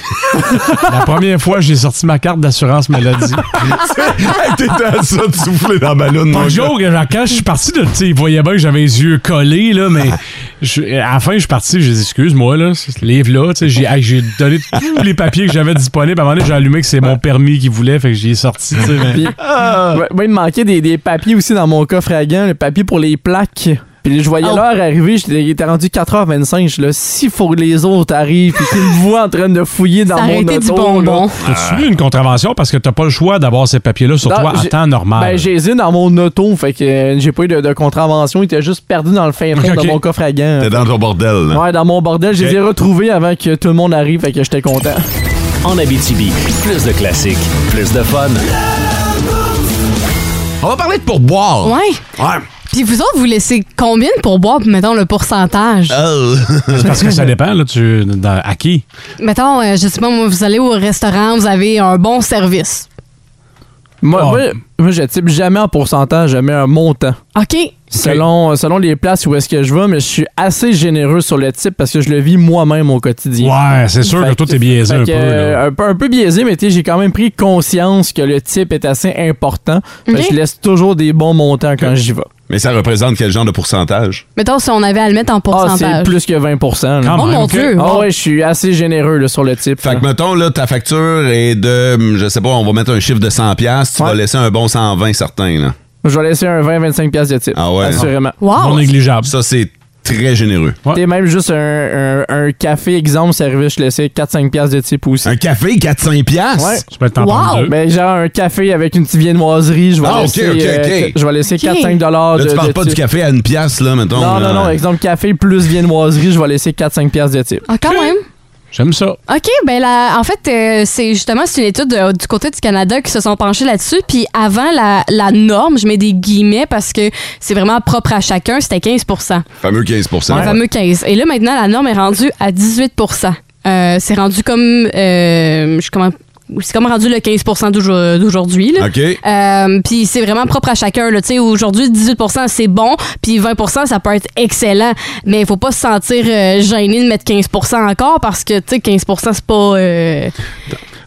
Speaker 5: la première fois, j'ai sorti ma carte d'assurance
Speaker 2: [LAUGHS]
Speaker 5: maladie.
Speaker 2: Hey, T'étais à ça de souffler dans la ballonne, mon
Speaker 5: Un
Speaker 2: gars.
Speaker 5: jour, genre, quand je suis parti de. Tu sais, il voyait bien que j'avais les yeux collés, là,
Speaker 6: [LAUGHS]
Speaker 5: mais. Je, à la fin, je suis parti, j'ai dit, excuse-moi, là, ce livre-là, tu sais, j'ai, hey, j'ai
Speaker 6: [LAUGHS]
Speaker 5: donné tous les papiers que j'avais disponibles. À un moment donné, j'ai allumé que c'est mon permis qu'il voulait, fait que j'ai sorti, tu sais. mais- [LAUGHS]
Speaker 6: Puis, ouais, moi, il me manquait des, des papiers aussi dans mon coffre à gants, le papier pour les plaques. Puis je voyais
Speaker 4: Oh.
Speaker 6: l'heure arriver, j'étais- il était rendu 4h25, je suis là, si faut que les autres arrivent, puis qu'ils me voient en train de fouiller dans
Speaker 4: Ça aurait
Speaker 6: mon
Speaker 4: été
Speaker 6: auto.
Speaker 4: du
Speaker 6: là.
Speaker 4: bonbon.
Speaker 5: T'as-tu eu une contravention parce que t'as pas le choix d'avoir ces papiers-là Ah. sur
Speaker 6: Non,
Speaker 5: toi en
Speaker 6: j'ai-
Speaker 5: temps normal?
Speaker 6: Ben, j'ai les ai dans mon auto, fait que euh, j'ai pas eu de, de contravention. Il était juste perdu dans le fin fond
Speaker 5: Ok.
Speaker 6: de mon coffre à gants.
Speaker 2: T'es dans ton bordel, là.
Speaker 6: Ouais, dans mon bordel, je les ai retrouvés avant que tout le monde arrive, fait que
Speaker 5: [LAUGHS]
Speaker 6: j'étais content.
Speaker 3: En Abitibi, plus de classiques, plus de fun.
Speaker 2: On va parler de pourboire.
Speaker 4: Ouais.
Speaker 2: Ouais.
Speaker 4: Puis vous autres, vous laissez combien de pourboire, mettons, le pourcentage?
Speaker 6: Ah.
Speaker 2: Euh.
Speaker 5: C'est parce que ça dépend, là, tu, dans- à qui?
Speaker 4: Mettons, euh, je sais pas, moi, vous allez au restaurant, vous avez un bon service.
Speaker 6: Moi,
Speaker 5: Ah.
Speaker 6: moi, moi, je type jamais en pourcentage, jamais un montant.
Speaker 4: OK.
Speaker 6: Selon, selon les places où est-ce que je vais, mais je suis assez généreux sur le type parce que je le vis moi-même au quotidien.
Speaker 5: Ouais, c'est sûr
Speaker 6: Fait
Speaker 5: que toi, t'es biaisé
Speaker 6: fait
Speaker 5: un
Speaker 6: que,
Speaker 5: peu. là.
Speaker 6: euh, un peu. Un peu biaisé, mais tu sais, j'ai quand même pris conscience que le type est assez important. Fait que
Speaker 4: Ok.
Speaker 6: je laisse toujours des bons montants quand j'y vais.
Speaker 2: Mais ça représente quel genre de pourcentage?
Speaker 4: Mettons, si on avait à le mettre en
Speaker 6: Ah,
Speaker 4: pourcentage.
Speaker 6: c'est plus que 20 là.
Speaker 5: Quand
Speaker 4: Oh
Speaker 5: même,
Speaker 4: mon
Speaker 5: ok.
Speaker 4: Dieu.
Speaker 6: Ah
Speaker 4: bon.
Speaker 6: ouais, je suis assez généreux là, sur le type.
Speaker 2: Fait
Speaker 6: là.
Speaker 2: que, mettons, là, ta facture est de, hum, je sais pas, on va mettre un chiffre de 100$, piastres, tu
Speaker 6: Ouais.
Speaker 2: vas laisser un bon 120 certain, là.
Speaker 6: Je vais laisser un 20-25 piastres de type.
Speaker 2: Ah ouais,
Speaker 6: Assurément.
Speaker 5: Non
Speaker 4: Wow.
Speaker 5: négligeable.
Speaker 2: Ça, c'est très généreux.
Speaker 5: Ouais.
Speaker 6: Tu sais, même juste un, un- un café exemple service, je laissais 4-5 piastres de type aussi.
Speaker 2: Un café, 4-5$? piastres?
Speaker 6: Ouais.
Speaker 5: Tu peux t'en
Speaker 4: Wow.
Speaker 5: prendre deux.
Speaker 6: Mais genre un café avec une petite viennoiserie, je vais
Speaker 2: Ah, ok,
Speaker 6: laisser,
Speaker 2: ok,
Speaker 6: euh,
Speaker 2: ok.
Speaker 6: je vais laisser
Speaker 4: Ok.
Speaker 6: 4-5 dollars
Speaker 2: Là,
Speaker 6: de
Speaker 2: tu parles
Speaker 6: de
Speaker 2: pas
Speaker 6: type.
Speaker 2: du café à euh. une pièce, là, mettons.
Speaker 6: Non,
Speaker 2: là.
Speaker 6: non, non. Exemple, café plus viennoiserie, je vais laisser 4-5 piastres de type.
Speaker 4: Ah, quand même.
Speaker 5: J'aime ça.
Speaker 4: OK, ben là, en fait, euh, c'est justement c'est une étude euh, du côté du Canada qui se sont penchés là-dessus. Puis avant la, la norme, je mets des guillemets parce que c'est vraiment propre à chacun, c'était 15
Speaker 2: Fameux 15
Speaker 4: le fameux 15. Et là, maintenant, la norme est rendue à 18 Euh, C'est rendu comme. euh, je- comment- c'est comme rendu le 15 d'aujourd'hui- d'aujourd'hui. là.
Speaker 2: OK.
Speaker 4: Euh, puis c'est vraiment propre à chacun. là. Tu sais, Aujourd'hui, 18 c'est bon, puis 20 ça peut être excellent, mais il faut pas se sentir euh, gêné de mettre 15 encore parce que tu sais, 15 c'est pas. euh,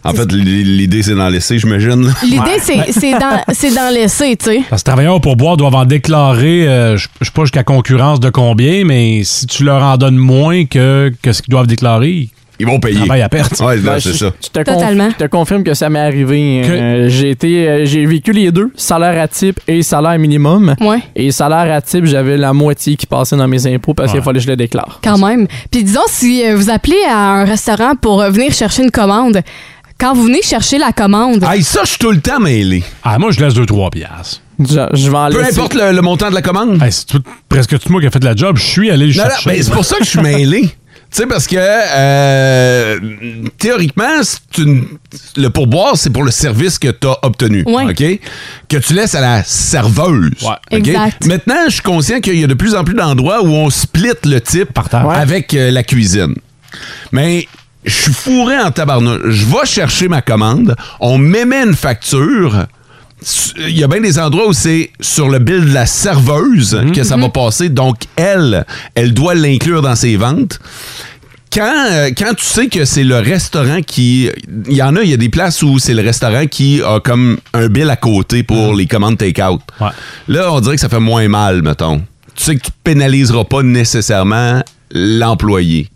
Speaker 2: En fait, l'idée, c'est d'en laisser, j'imagine. là.
Speaker 4: L'idée,
Speaker 6: Ben,
Speaker 4: c'est- c'est d'en- c'est d'en laisser, tu sais.
Speaker 5: Parce que travailleurs pour boire doivent en déclarer, euh, je je sais pas jusqu'à concurrence de combien, mais si tu leur en donnes moins que, que ce qu'ils doivent déclarer, ils
Speaker 2: Ils vont payer.
Speaker 5: travaillent à perte.
Speaker 2: [LAUGHS] Ouais, non,
Speaker 6: Ben,
Speaker 2: c'est
Speaker 6: je-
Speaker 2: ça.
Speaker 6: Je te,
Speaker 4: Totalement.
Speaker 6: confirme, je te confirme que ça m'est arrivé.
Speaker 5: Que-
Speaker 6: Euh, j'ai été, euh, j'ai vécu les deux, salaire à type et salaire minimum.
Speaker 4: Ouais.
Speaker 6: Et salaire à type, j'avais la moitié qui passait dans mes impôts parce
Speaker 5: Ouais.
Speaker 6: qu'il fallait que je le déclare.
Speaker 4: Quand même. Puis disons, si euh, vous appelez à un restaurant pour euh, venir chercher une commande, quand vous venez chercher la commande,
Speaker 2: Hey, ça, je suis tout le temps mêlé.
Speaker 5: Ah, moi, je laisse 2-3 piastres.
Speaker 6: Je, je vais en
Speaker 2: Peu
Speaker 6: laisser-
Speaker 2: importe le, le montant de la commande.
Speaker 5: Hey, c'est tout- presque tout moi qui a fait la job. Je suis allé le
Speaker 2: Non, non,
Speaker 5: chercher.
Speaker 2: ben, c'est pour ça que je
Speaker 5: [LAUGHS]
Speaker 2: suis mêlé. Tu sais, parce que euh, théoriquement, c'est une- le pourboire, c'est pour le service que tu as obtenu.
Speaker 4: Ouais.
Speaker 2: OK? Que tu laisses à la serveuse.
Speaker 5: Ouais.
Speaker 2: OK?
Speaker 4: Exact.
Speaker 2: Maintenant, je suis conscient qu'il y a de plus en plus d'endroits où on split le type
Speaker 5: terre.
Speaker 2: avec euh, la cuisine. Mais je suis fourré en tabarnouche. Je vais chercher ma commande. On m'émet une facture. Su- Il y a bien des endroits où c'est sur le bill de la serveuse que ça va passer. Donc, elle, elle doit l'inclure dans ses ventes. Quand, euh, quand tu sais que c'est le restaurant qui... Il y en a, il y a des places où c'est le restaurant qui a comme un bill à côté pour les commandes take-out.
Speaker 5: Ouais.
Speaker 2: Là, on dirait que ça fait moins mal, mettons. Tu sais que tu pénaliseras pas nécessairement l'employé.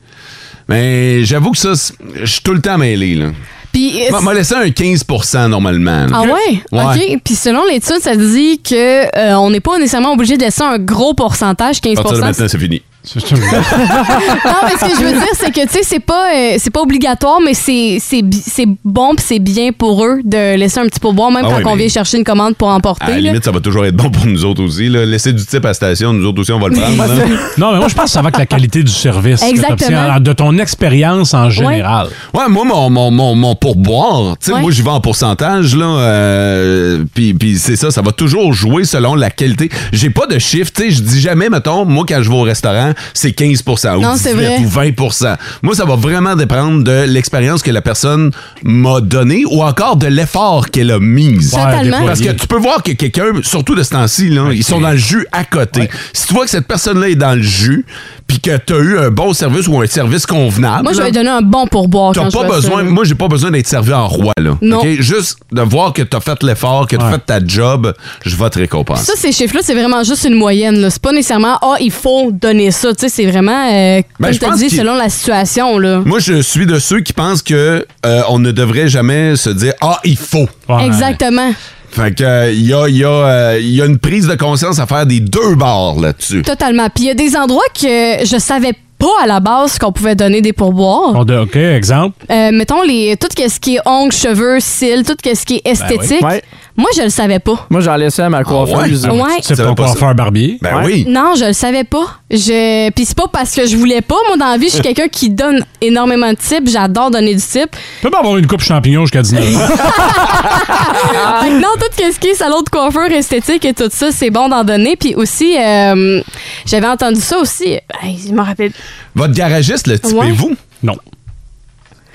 Speaker 2: Mais j'avoue que ça, c'est- je suis tout le temps mêlé. Là.
Speaker 4: puis euh,
Speaker 2: M'a m'a laissé un 15 normalement. là.
Speaker 4: Ah ouais?
Speaker 2: Ouais.
Speaker 4: OK. Puis selon l'étude, ça dit que euh, on n'est pas nécessairement obligé de laisser un gros pourcentage, 15
Speaker 2: À partir de maintenant, c'est fini.
Speaker 5: C'est- c'est-
Speaker 4: Non, mais ce que je veux dire, c'est que, tu sais, c'est pas, euh, c'est pas obligatoire, mais c'est c'est bi- c'est bon puis c'est bien pour eux de laisser un petit pourboire, même
Speaker 2: Ah
Speaker 4: quand
Speaker 2: oui,
Speaker 4: on
Speaker 2: mais-
Speaker 4: vient chercher une commande pour emporter.
Speaker 2: À la
Speaker 4: là.
Speaker 2: limite, ça va toujours être bon pour nous autres aussi. Là. Laisser du type à la station, nous autres aussi, on va le
Speaker 4: [LAUGHS]
Speaker 2: prendre. là.
Speaker 5: non, mais moi, je pense que ça va avec la qualité du service. que
Speaker 4: Exactement.
Speaker 5: t'obtiens, De ton expérience en général.
Speaker 2: Ouais, moi, mon, mon, mon, mon pourboire, tu sais,
Speaker 4: Ouais.
Speaker 2: moi, j'y vais en pourcentage, là. euh, puis puis c'est ça, ça va toujours jouer selon la qualité. J'ai pas de chiffre, tu sais, je dis jamais, mettons, moi, quand je vais au restaurant, c'est 15 ou
Speaker 4: Non, c'est
Speaker 2: 18
Speaker 4: vrai.
Speaker 2: ou 20 Moi, ça va vraiment dépendre de l'expérience que la personne m'a donnée ou encore de l'effort qu'elle a mis.
Speaker 4: Totalement.
Speaker 5: Ouais, déployer.
Speaker 2: Parce que tu peux voir que quelqu'un, surtout de ce temps-ci, là, ils sont dans le jus à côté. Si tu vois que cette personne-là est dans le jus, puis que tu as eu un bon service ou un service convenable.
Speaker 4: Moi, je
Speaker 2: là,
Speaker 4: vais donner un bon pourboire.
Speaker 2: T'as
Speaker 4: Oh, quand je
Speaker 2: pas
Speaker 4: vois ça,
Speaker 2: besoin,
Speaker 4: là.
Speaker 2: moi j'ai pas besoin d'être servi en roi là.
Speaker 4: Non.
Speaker 2: OK? Juste de voir que t'as fait l'effort, que t'as
Speaker 5: Ouais.
Speaker 2: fait ta job, je vais te récompenser.
Speaker 4: Ça, ces chiffres-là, c'est vraiment juste une moyenne. là. C'est pas nécessairement, ah, il faut donner ça. Tu sais, c'est vraiment, euh,
Speaker 2: Ben,
Speaker 4: comme
Speaker 2: je
Speaker 4: je te
Speaker 2: pense
Speaker 4: dis,
Speaker 2: qu'il-
Speaker 4: selon la situation. Là.
Speaker 2: Moi je suis de ceux qui pensent que euh, on ne devrait jamais se dire ah il faut.
Speaker 5: Ouais.
Speaker 4: Exactement.
Speaker 2: Fait que euh, il y a il y a euh, il y a une prise de conscience à faire des deux bords là-dessus.
Speaker 4: Totalement. Puis il y a des endroits que je savais pas à la base qu'on pouvait donner des pourboires.
Speaker 5: On Ah, de- OK, exemple.
Speaker 4: Euh, mettons les tout ce qui est ongles, cheveux, cils, tout ce qui est
Speaker 2: Ben
Speaker 4: esthétique.
Speaker 6: oui. Ouais.
Speaker 4: Moi, je le savais pas.
Speaker 6: Moi, j'en laissais à
Speaker 5: Ah
Speaker 6: ma coiffeuse.
Speaker 4: ouais? Ouais.
Speaker 5: Tu sais
Speaker 2: Ça
Speaker 5: pas
Speaker 2: veut pas
Speaker 5: quoi
Speaker 2: ça.
Speaker 5: faire barbier.
Speaker 2: Ben
Speaker 6: Ouais.
Speaker 2: oui.
Speaker 4: Non, je le savais pas. Je puis c'est pas parce que je voulais pas moi dans la vie,
Speaker 2: [LAUGHS]
Speaker 4: je suis quelqu'un qui donne énormément de types, j'adore donner du type.
Speaker 5: Tu peux pas avoir une coupe champignon jusqu'à 19
Speaker 6: [LAUGHS]
Speaker 5: ans.
Speaker 2: Ah.
Speaker 4: Fait que non, tout ce qui est salon de coiffeur esthétique et tout ça, c'est bon d'en donner puis aussi euh, j'avais entendu ça aussi. Hey, je me rappelle.
Speaker 2: Votre garagiste le typez-vous
Speaker 5: Non.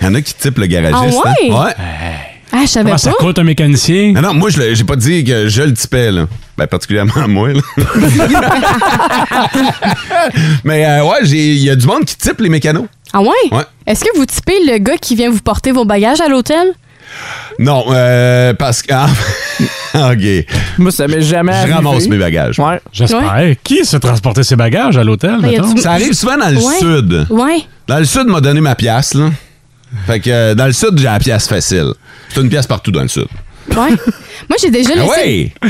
Speaker 2: Il y en a qui typent le garagiste.
Speaker 4: Ah ouais?
Speaker 2: Ben, hein?
Speaker 4: Ah, je savais
Speaker 5: Comment
Speaker 4: pas.
Speaker 5: ça coûte un mécanicien?
Speaker 2: Non, non, moi, je l'ai- j'ai pas dit que je le typais, là. Ben, particulièrement
Speaker 4: [LAUGHS]
Speaker 2: moi, là. Mais euh, ouais, j'ai- il y a du monde qui type les mécanos.
Speaker 4: Ah ouais?
Speaker 2: Ouais.
Speaker 4: Est-ce que vous typez le gars qui vient vous porter vos bagages à l'hôtel?
Speaker 2: [LAUGHS] Non, euh, parce que. ah, [LAUGHS] ok.
Speaker 6: Moi, ça m'est jamais
Speaker 2: Je
Speaker 6: arrivé.
Speaker 2: ramasse mes bagages.
Speaker 6: Ouais.
Speaker 5: J'espère. Qui se transportait ses bagages à
Speaker 6: Ben,
Speaker 5: l'hôtel,
Speaker 4: Ah, y a
Speaker 5: mettons?
Speaker 4: du-
Speaker 2: Ça arrive souvent dans le
Speaker 4: Ouais.
Speaker 2: sud.
Speaker 4: Ouais.
Speaker 2: Dans le sud, m'a donné ma pièce, là. Fait que euh, dans le sud, j'ai la pièce facile. C'est une pièce partout dans le sud.
Speaker 4: Ouais. Moi, j'ai déjà
Speaker 2: Ah
Speaker 4: laissé.
Speaker 2: ouais!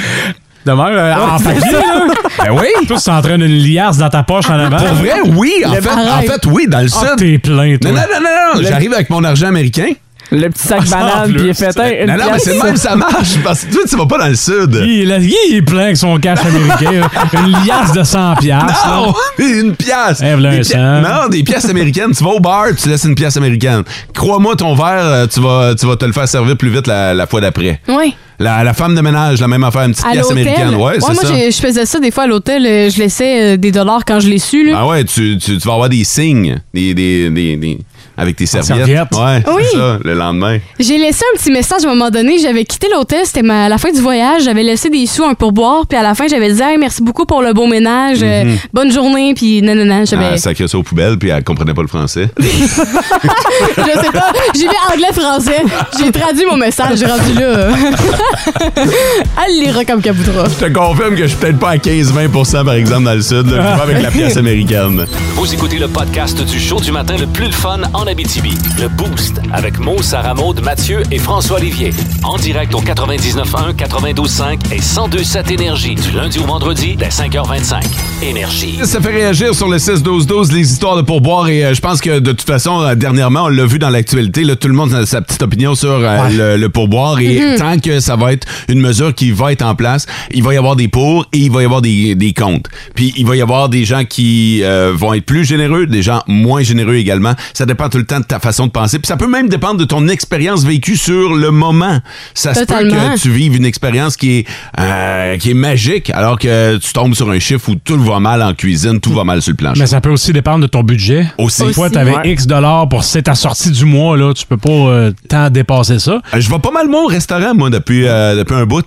Speaker 5: De même, euh, en papier, là.
Speaker 2: Ben oui!
Speaker 5: Toi, tu t'entraînes une liasse dans ta poche en avant.
Speaker 2: Pour vrai, oui! En fait, en
Speaker 4: barrage.
Speaker 2: fait, oui, dans le
Speaker 5: Ah,
Speaker 2: sud.
Speaker 5: t'es plein,
Speaker 2: Non,
Speaker 5: toi.
Speaker 2: non, non, non, non. J'arrive avec mon argent américain.
Speaker 6: Le petit sac
Speaker 5: Ah, ça, [LAUGHS] en
Speaker 6: banane,
Speaker 5: plus.
Speaker 6: puis il est fait hein, une
Speaker 2: Non, non, mais
Speaker 6: pièce.
Speaker 2: c'est de même que ça marche. Parce que toi, tu vas pas dans le sud.
Speaker 5: Il, là, il est plein avec son cash américain. là. Une liasse de 100 piastres. là.
Speaker 2: Non! Ah, Une pièce!
Speaker 5: Eh, voilà
Speaker 2: Des
Speaker 5: un
Speaker 2: pi-
Speaker 5: cent.
Speaker 2: Non, des pièces américaines. Tu vas au bar, tu laisses une pièce américaine. Crois-moi, ton verre, euh, tu vas, tu vas te le faire servir plus vite la, la fois d'après.
Speaker 4: Ouais.
Speaker 2: La, la femme de ménage, la même affaire, une petite
Speaker 4: À
Speaker 2: pièce
Speaker 4: l'hôtel.
Speaker 2: américaine. Ouais, c'est
Speaker 4: moi,
Speaker 2: ça.
Speaker 4: j'ai- je faisais ça des fois à l'hôtel. euh, Je laissais euh, des dollars quand je les su, là.
Speaker 2: Ah ouais, tu, tu, tu vas avoir des signes des, des, des, des- avec tes serviettes.
Speaker 5: serviettes.
Speaker 2: Ouais,
Speaker 4: Oui.
Speaker 2: c'est ça, le lendemain.
Speaker 4: J'ai laissé un petit message à un moment donné. J'avais quitté l'hôtel. C'était ma- la fin du voyage. J'avais laissé des sous, un pourboire. Puis à la fin, j'avais dit Hey, merci beaucoup pour le beau ménage. euh,
Speaker 2: Mm-hmm.
Speaker 4: bonne journée. Puis non, non, non. J'avais.
Speaker 2: Elle sacrait ça aux poubelles, puis elle comprenait pas le français.
Speaker 4: [LAUGHS] je sais pas. J'ai lu anglais-français. J'ai traduit mon message. J'ai rendu là. [LAUGHS] Elle l'ira comme Caboutras.
Speaker 2: Je te confirme que je suis peut-être pas à 15-20 par exemple, dans le sud. Là, je vais
Speaker 4: [LAUGHS]
Speaker 2: pas avec la pièce américaine.
Speaker 3: Vous écoutez le podcast du show du matin le plus le fun en Abitibi. Le Boost avec Mo, Sarah Maud, Mathieu et François Olivier. En direct au 99.1, 92.5 et 102.7 Énergie du lundi au vendredi dès 5h25. Énergie.
Speaker 2: Ça fait réagir sur le 6-12-12 les histoires de pourboire et euh, je pense que de toute façon, euh, dernièrement, on l'a vu dans l'actualité, là, tout le monde a sa petite opinion sur euh, le, le pourboire et tant que ça va être une mesure qui va être en place, il va y avoir des pour et il va y avoir des, des comptes. Puis il va y avoir des gens qui euh, vont être plus généreux, des gens moins généreux également. Ça dépend tout le temps de ta façon de penser. Puis ça peut même dépendre de ton expérience vécue sur le moment. Ça se peut
Speaker 4: Totalement.
Speaker 2: que tu vives une expérience qui est, euh, qui est magique, alors que tu tombes sur un chiffre où tout va mal en cuisine, tout va mal sur le plancher.
Speaker 5: Mais ça peut aussi dépendre de ton budget.
Speaker 2: Ah, Aussi.
Speaker 5: Des fois,
Speaker 4: Aussi,
Speaker 5: t'avais
Speaker 6: ouais.
Speaker 5: X dollars pour c'est ta sortie du mois, là. Tu peux pas euh, tant dépasser ça.
Speaker 2: Euh, Je vais pas mal moi au restaurant, moi, depuis, euh, depuis un bout.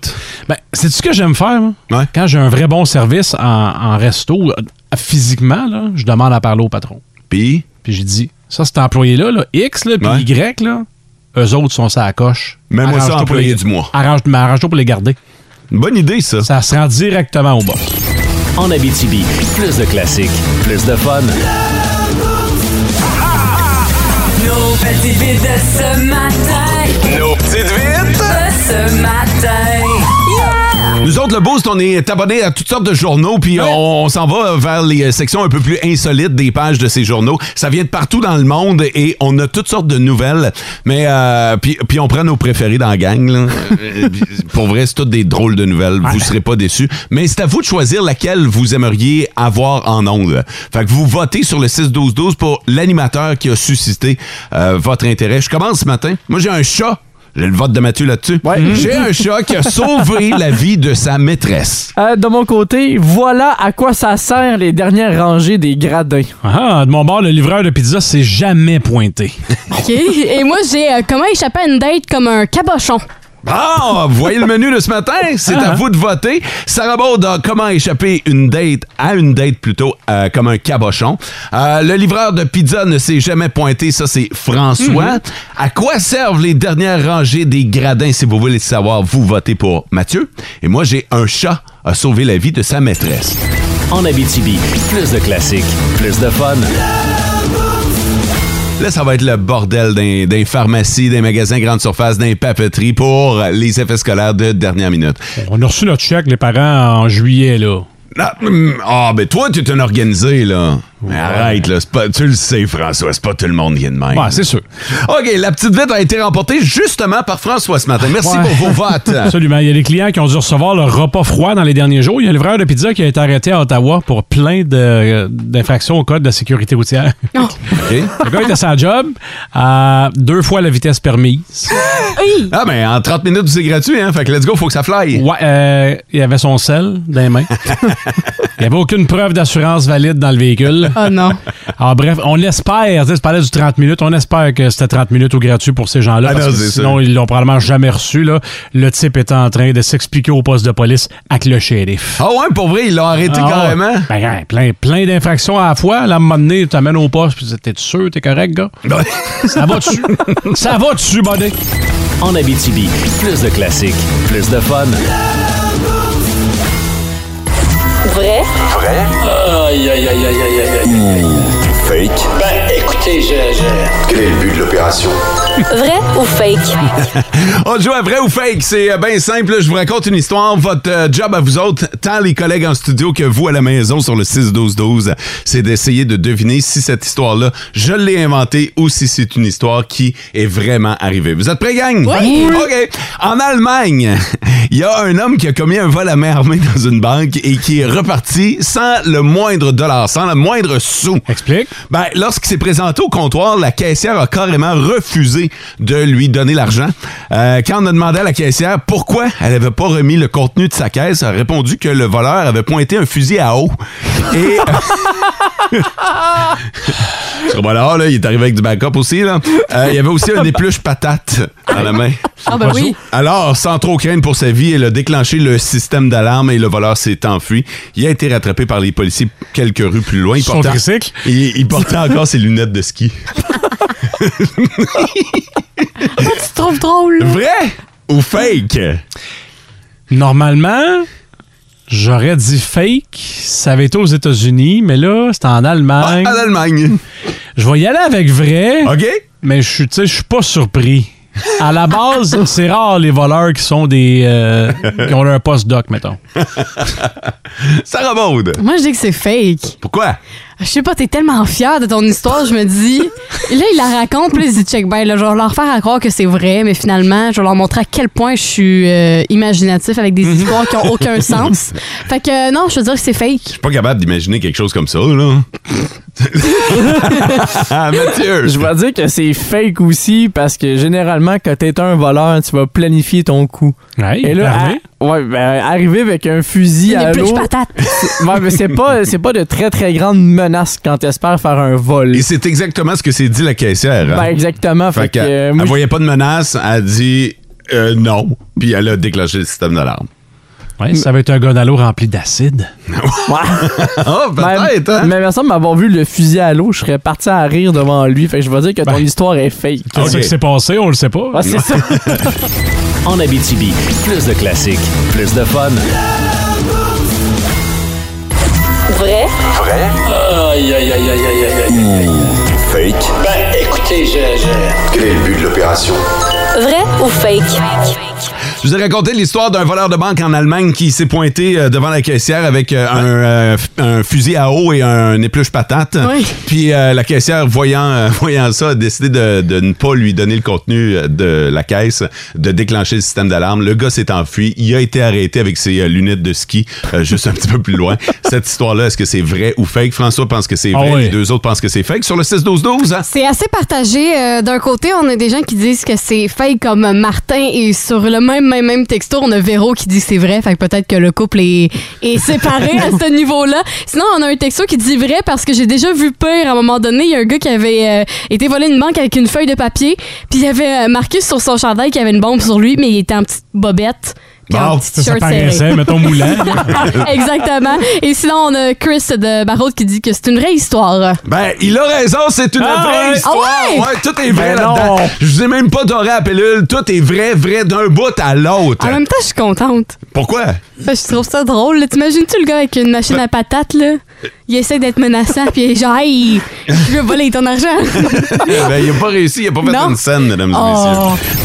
Speaker 5: Ben, c'est ce que j'aime faire, moi.
Speaker 2: Ouais.
Speaker 5: Quand j'ai un vrai bon service en, en resto, euh, physiquement, là, je demande à parler au patron.
Speaker 2: Puis,
Speaker 5: Puis j'ai dit, ça, cet employé-là, là, X, là, puis
Speaker 2: Ouais.
Speaker 5: Y, là, eux autres sont ça à coche.
Speaker 2: Mets-moi ça
Speaker 5: Arrange-toi pour
Speaker 2: employé
Speaker 5: les-
Speaker 2: du mois.
Speaker 5: Arrange, mais arrange-toi pour les garder.
Speaker 2: une bonne idée, ça.
Speaker 5: Ça se rend directement au boss.
Speaker 3: En Abitibi, plus de classiques, plus de fun.
Speaker 9: Nos petites vites de ce matin.
Speaker 2: Nos petites
Speaker 9: De ce matin. Yeah!
Speaker 2: Nous autres, le Boost, on est abonnés à toutes sortes de journaux, puis on, on s'en va vers les euh, sections un peu plus insolites des pages de ces journaux. Ça vient de partout dans le monde et on a toutes sortes de nouvelles, mais euh, puis, puis on prend nos préférés dans la gang. là. Euh, puis Pour vrai, c'est toutes des drôles de nouvelles. Vous serez pas déçus. Mais c'est à vous de choisir laquelle vous aimeriez avoir en ondes. Fait que vous votez sur le 6-12-12 pour l'animateur qui a suscité euh, votre intérêt. Je commence ce matin. Moi, j'ai un chat. J'ai le vote de Mathieu là-dessus. J'ai un chat qui a sauvé la vie de sa maîtresse.
Speaker 6: Euh, de mon côté, voilà à quoi ça sert les dernières rangées des gradins.
Speaker 5: Ah, de mon bord, le livreur de pizza s'est jamais
Speaker 2: [LAUGHS]
Speaker 5: pointé.
Speaker 4: OK. Et moi, j'ai euh, comment échapper à une date comme un cabochon.
Speaker 2: Ah, vous voyez le menu de ce matin? C'est à vous de voter. Sarah Baud a comment échapper une date à une date plutôt euh, comme un cabochon. Euh, le livreur de pizza ne s'est jamais pointé, ça c'est François. À quoi servent les dernières rangées des gradins? Si vous voulez le savoir, vous votez pour Mathieu. Et moi, j'ai un chat a sauvé la vie de sa maîtresse.
Speaker 3: En Abitibi, plus de classiques, plus de fun.
Speaker 2: Là, ça va être le bordel d'un d'un pharmacie, d'un magasin grande surface, d'un papeterie pour les effets scolaires de dernière minute.
Speaker 5: On a reçu notre chèque, les parents, en juillet, là.
Speaker 2: Ah, hum, ah, ben toi, tu es un organisé, là. Mais Arrête, là. c'est Pas, tu le sais, François, c'est pas tout le monde qui est de même.
Speaker 5: Ouais, c'est sûr.
Speaker 2: OK, la petite vite a été remportée justement par François ce matin. Merci
Speaker 5: Ouais.
Speaker 2: pour vos votes.
Speaker 5: [LAUGHS] Absolument. Il y a des clients qui ont dû recevoir leur repas froid dans les derniers jours. Il y a le livreur de pizza qui a été arrêté à Ottawa pour plein de- d'infractions au code de la sécurité routière.
Speaker 2: OK.
Speaker 5: Le gars était sans job à deux fois la vitesse permise.
Speaker 2: Ah, ben en 30 minutes, c'est gratuit, hein. Fait que let's go, faut que ça fly.
Speaker 5: Ouais,
Speaker 2: [LAUGHS]
Speaker 5: euh, il avait son sel dans les mains. Il n'y avait aucune preuve d'assurance valide dans le véhicule.
Speaker 4: Oh non.
Speaker 5: Alors bref, on l'espère. Tu sais, je parlais du 30 minutes. On espère que c'était 30 minutes au gratuit pour ces gens-là.
Speaker 2: Ah
Speaker 5: parce
Speaker 2: non,
Speaker 5: que
Speaker 2: c'est
Speaker 5: sinon,
Speaker 2: sûr.
Speaker 5: ils l'ont probablement jamais reçu. Là. Le type était en train de s'expliquer au poste de police avec le shérif.
Speaker 2: Ah ouais, pour vrai, ils l'ont arrêté
Speaker 5: Ah,
Speaker 2: carrément.
Speaker 5: ouais. Ben, ouais, plein, plein d'infractions à la fois. Là, à un moment donné, tu t'amènes au poste puis tu dis T'es sûr, t'es correct, gars Ça va dessus. Ça va dessus, buddy.
Speaker 3: En Abitibi, plus de classiques, plus de fun.
Speaker 1: Vrai,
Speaker 7: Aïe, aïe, aïe, aïe, aïe, aïe.
Speaker 10: Hmm, Fake.
Speaker 7: Ben, écoutez, je- je...
Speaker 10: Quel est le but de l'opération?
Speaker 1: vrai ou fake?
Speaker 2: [LAUGHS] On joue à vrai ou fake, c'est euh, bien simple. Je vous raconte une histoire. Votre euh, job à vous autres, tant les collègues en studio que vous à la maison sur le 6-12-12, c'est d'essayer de deviner si cette histoire-là, je l'ai inventée ou si c'est une histoire qui est vraiment arrivée. Vous êtes prêts, gang?
Speaker 4: Oui.
Speaker 2: OK. En Allemagne, [LAUGHS] il y a un homme qui a commis un vol à main armée dans une banque et qui est reparti sans le moindre dollar, sans le moindre sou.
Speaker 5: Explique.
Speaker 2: Ben, lorsqu'il s'est présenté au comptoir, la caissière a carrément refusé de lui donner l'argent. Euh, quand on a demandé à la caissière pourquoi elle n'avait pas remis le contenu de sa caisse, elle a répondu que le voleur avait pointé un fusil à eau. Et. [LAUGHS] Sur le là, il est arrivé avec du backup aussi. Là. Euh, il y avait aussi un épluche patate dans la main.
Speaker 4: Ah ben oui.
Speaker 2: Alors, sans trop craindre pour sa vie, elle a déclenché le système d'alarme et le voleur s'est enfui. Il a été rattrapé par les policiers quelques rues plus loin. Il
Speaker 5: Son
Speaker 2: portait-
Speaker 5: tricycle?
Speaker 2: Il, il portait encore ses lunettes
Speaker 4: [LAUGHS]
Speaker 2: de ski.
Speaker 4: Tu te trouves drôle.
Speaker 2: Vrai ou fake?
Speaker 5: Normalement, j'aurais dit fake. Ça avait été aux États-Unis, mais là, c'est en
Speaker 2: Ah,
Speaker 5: Allemagne.
Speaker 2: en Allemagne.
Speaker 5: Je vais y aller avec vrai,
Speaker 2: OK?
Speaker 5: mais je suis, tu sais, je suis pas surpris. À la
Speaker 2: [LAUGHS]
Speaker 5: base, c'est rare les voleurs qui sont des euh, qui ont leur poste doc, mettons.
Speaker 2: Ça rebonde.
Speaker 4: Moi, je dis que c'est fake.
Speaker 2: Pourquoi?
Speaker 4: Je sais pas, t'es tellement fier de ton histoire, je me dis. Là, il la raconte, puis là, il se dit check ben, là, je vais leur faire à croire que c'est vrai, mais finalement, je vais leur montrer à quel point je suis euh, imaginatif avec des histoires qui ont aucun sens. Fait que euh, non, je veux dire que c'est fake.
Speaker 2: Je suis pas capable d'imaginer quelque chose comme ça, là. [LAUGHS] Ah, Mathieu!
Speaker 6: Je vais dire que c'est fake aussi parce que généralement, quand t'es un voleur, tu vas planifier ton coup.
Speaker 5: Ouais,
Speaker 6: Et là,
Speaker 5: Hervé?
Speaker 6: à- ouais, ben, arriver avec un fusil
Speaker 4: Il
Speaker 6: à
Speaker 4: est plus
Speaker 6: l'eau,
Speaker 4: patate.
Speaker 6: ouais, mais c'est pas, c'est pas de très très grande menace quand t'espères faire un vol.
Speaker 2: Et c'est exactement ce que s'est dit la caissière. hein?
Speaker 6: Ben, exactement. Fait,
Speaker 2: Fait
Speaker 6: que,
Speaker 2: qu'elle
Speaker 6: euh,
Speaker 2: elle
Speaker 6: moi,
Speaker 2: voyait pas de menace, elle a dit euh, non, puis elle a déclenché le système d'alarme.
Speaker 5: Ouais,
Speaker 2: [LAUGHS]
Speaker 5: ça va être un gonalo rempli d'acide.
Speaker 6: [LAUGHS]
Speaker 2: Ah,
Speaker 6: Mais,
Speaker 2: peut-être, hein?
Speaker 6: mais il me semble m'avoir vu le fusil à l'eau, je serais parti à rire devant lui. Fait que je vais dire que ton histoire est fake.
Speaker 5: Ben. Qu'est-ce
Speaker 2: Ok.
Speaker 5: qui s'est passé, on le sait pas.
Speaker 6: Ah,
Speaker 2: [LAUGHS]
Speaker 6: c'est ça.
Speaker 3: En Abitibi, plus de classiques, plus de fun.
Speaker 1: Vrai,
Speaker 7: Aïe, aïe, aïe, aïe, aïe, aïe, aïe.
Speaker 10: Fake.
Speaker 7: Ben, écoutez, je... je...
Speaker 10: Quel est le but de l'opération?
Speaker 1: vrai ou fake?
Speaker 2: Je vous ai raconté l'histoire d'un voleur de banque en Allemagne qui s'est pointé euh, devant la caissière avec euh, un, euh, f- un fusil à eau et un épluche patate.
Speaker 4: Oui.
Speaker 2: Puis euh, la caissière, voyant, euh, [LAUGHS] voyant ça, a décidé de, de ne pas lui donner le contenu euh, de la caisse, de déclencher le système d'alarme. Le gars s'est enfui. Il a été arrêté avec ses euh, lunettes de ski euh, juste un [LAUGHS] petit peu plus loin. Cette histoire-là, est-ce que c'est vrai ou fake? François pense que c'est
Speaker 5: Ah
Speaker 2: vrai.
Speaker 5: oui.
Speaker 2: Les deux autres pensent que c'est fake. Sur le 6-12-12, hein?
Speaker 4: C'est assez partagé. Euh, D'un côté, on a des gens qui disent que c'est fake comme Martin et sur le même, même, même texto, on a Véro qui dit que c'est vrai. Fait que peut-être que le couple est, est séparé à ce niveau-là. Sinon, on a un texto qui dit vrai parce que j'ai déjà vu pire. À un moment donné, il y a un gars qui avait euh, été volé une banque avec une feuille de papier. Puis il y avait euh, Marcus sur son chandail qui avait une bombe sur lui, mais il était en petite bobette. puis
Speaker 2: Bon,
Speaker 4: en petit
Speaker 5: Ça, ça
Speaker 4: t-shirt serré.
Speaker 5: paraissait, mettons, moulant.
Speaker 4: [LAUGHS]
Speaker 2: [LAUGHS]
Speaker 4: Exactement. Et sinon, on a Chris de Barraud qui dit que c'est une vraie histoire.
Speaker 2: Ben, il a raison, c'est une
Speaker 5: Ah
Speaker 2: vraie
Speaker 5: ouais?
Speaker 2: histoire.
Speaker 4: Ah ouais?
Speaker 2: tout est vrai
Speaker 6: Ben
Speaker 2: là-dedans.
Speaker 6: non.
Speaker 2: Je vous ai même pas doré à pilule. Tout est vrai, vrai d'un bout à l'autre.
Speaker 4: En même temps, je suis contente.
Speaker 2: Pourquoi?
Speaker 4: Ben, je trouve ça drôle. là. T'imagines-tu le gars avec une machine à patates, là? Il essaie d'être menaçant, puis il est genre, hey, je veux voler ton argent.
Speaker 2: [LAUGHS] ben, il a pas réussi, il a pas fait
Speaker 4: Non.
Speaker 2: une scène, mesdames et
Speaker 4: oh,
Speaker 2: messieurs.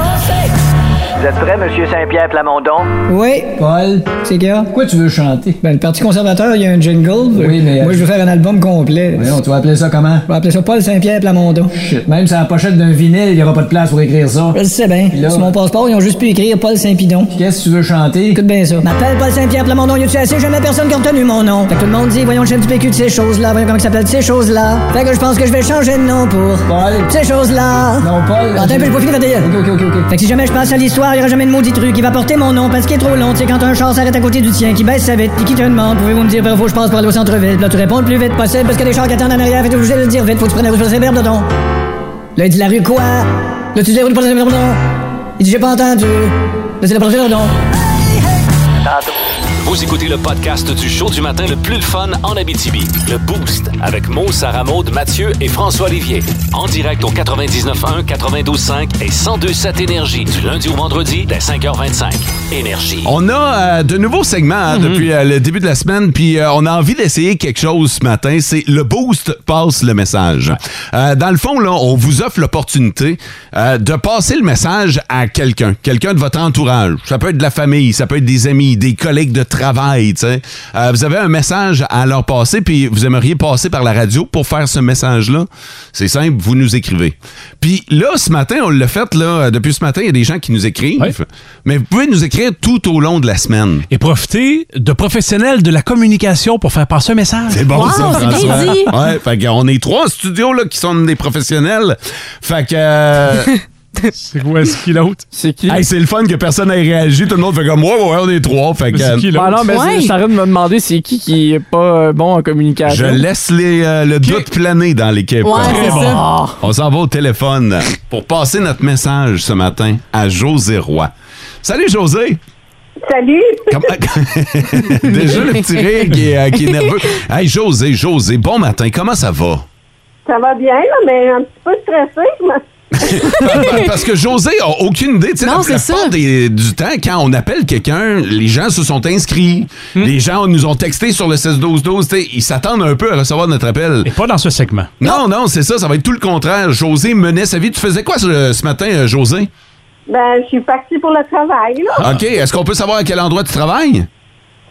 Speaker 7: Vous êtes prêt, Monsieur Saint-Pierre Plamondon?
Speaker 8: Oui. Paul. C'est qu'il y a? Pourquoi tu veux chanter? Ben, le Parti conservateur, il y a un jingle. Oui, mais. Moi, je veux faire un album complet. Voyons, tu vas appeler ça comment? Je vais appeler ça Paul Saint-Pierre Plamondon. Même sur la pochette d'un vinyle, il n'y aura pas de place pour écrire ça. Je le sais bien. Sur mon passeport, ils ont juste pu écrire Paul Saint-Pidon. Qu'est-ce que tu veux chanter? Écoute bien ça. M'appelle Paul Saint-Pierre Plamondon, y a-tu assez? Jamais personne qui a retenu mon nom. Fait que tout le monde dit, voyons le chef du PQ de ces choses-là, voyons comment il s'appelle de ces choses-là. Fait que je pense que je vais changer de nom pour. Paul. Ces choses-là. Non, Paul. Attends un peu, j'ai pas fini, Fadéa. Ok, ok, ok. Fait que si jamais je passe à l'histoire, il y aura jamais de maudit truc qui va porter mon nom parce qu'il est trop long. C'est quand un char s'arrête à côté du tien, qui baisse sa vite, puis qui te demande, pouvez-vous me dire, ben, faut que je passe pour aller au centre-ville. Puis Là, tu réponds le plus vite possible parce que les chars qui attendent en arrière, fait que t'es obligé de le dire vite, faut que tu prennes la rue sur le Saint-Berbe, dedans. Là, il dit la rue quoi? Là, tu dis la rue pour le Saint-Berbe, dedans. Il dit, j'ai pas entendu. Là, c'est la prochaine, dedans.
Speaker 3: Vous écoutez le podcast du show du matin le plus le fun en Abitibi. Le Boost avec Mo, Sarah Maud, Mathieu et François Olivier. En direct au 99.1, 92.5 et 102.7 Énergie du lundi au vendredi dès 5h25.
Speaker 2: [LAUGHS]
Speaker 3: Énergie.
Speaker 2: On a euh, de nouveaux segments hein, depuis euh, le début de la semaine, puis euh, on a envie d'essayer quelque chose ce matin. C'est le boost passe le message. Euh, dans le fond, là, on vous offre l'opportunité euh, de passer le message à quelqu'un, quelqu'un de votre entourage. Ça peut être de la famille, ça peut être des amis, des collègues de travail. tu sais. Euh, vous avez un message à leur passer, puis vous aimeriez passer par la radio pour faire ce message-là. C'est simple, vous nous écrivez. Puis là, ce matin, on l'a fait, là, depuis ce matin, il y a des gens qui nous écrivent,
Speaker 5: Ouais.
Speaker 2: mais vous pouvez nous écrire tout au long de la semaine.
Speaker 5: Et profiter de professionnels de la communication pour faire passer un message.
Speaker 2: C'est bon,
Speaker 4: Wow,
Speaker 2: ça,
Speaker 4: c'est bien
Speaker 2: François.
Speaker 4: dit.
Speaker 2: Ouais, fait qu'on est trois studios là, qui sont des professionnels. Fait
Speaker 4: [LAUGHS]
Speaker 2: que. euh,
Speaker 5: C'est quoi, c'est qui l'autre?
Speaker 6: C'est qui?
Speaker 2: hey, c'est le fun que personne n'ait réagi. Tout le monde fait comme moi, ouais, ouais, on est trois. Fait
Speaker 5: Mais
Speaker 2: que.
Speaker 5: C'est qui
Speaker 2: euh,
Speaker 6: Ah
Speaker 5: l'autre?
Speaker 6: non, mais
Speaker 4: Ouais.
Speaker 6: je suis en train de me demander c'est qui qui est pas euh, bon en
Speaker 2: Je
Speaker 6: communication.
Speaker 2: laisse les, euh, le doute planer dans l'équipe.
Speaker 4: Ouais, c'est
Speaker 5: bon.
Speaker 4: ça.
Speaker 2: On s'en va au téléphone pour passer notre message ce matin à José Roy. Salut José!
Speaker 11: Salut!
Speaker 2: Comment- [LAUGHS] Déjà le petit rire qui est, euh, qui
Speaker 4: [LAUGHS]
Speaker 2: est nerveux. Hey José, José, bon matin, comment ça va?
Speaker 11: Ça va bien, là, mais un petit peu stressé.
Speaker 2: [LAUGHS] Parce que José a aucune idée. Tu sais,
Speaker 4: Non,
Speaker 2: la
Speaker 4: c'est ça.
Speaker 2: plupart des- du temps, quand on appelle quelqu'un, les gens se sont inscrits.
Speaker 5: Hmm.
Speaker 2: Les gens nous ont texté sur le 16-12-12. tu sais, Ils s'attendent un peu à recevoir notre appel.
Speaker 5: Et pas dans ce segment.
Speaker 2: Non, non, c'est ça. Ça va être tout le contraire. José menait sa vie. Tu faisais quoi ce, ce matin, euh, José?
Speaker 11: Ben, je suis partie pour le travail, là,
Speaker 5: Ah.
Speaker 2: OK. Est-ce qu'on peut savoir à quel endroit tu travailles?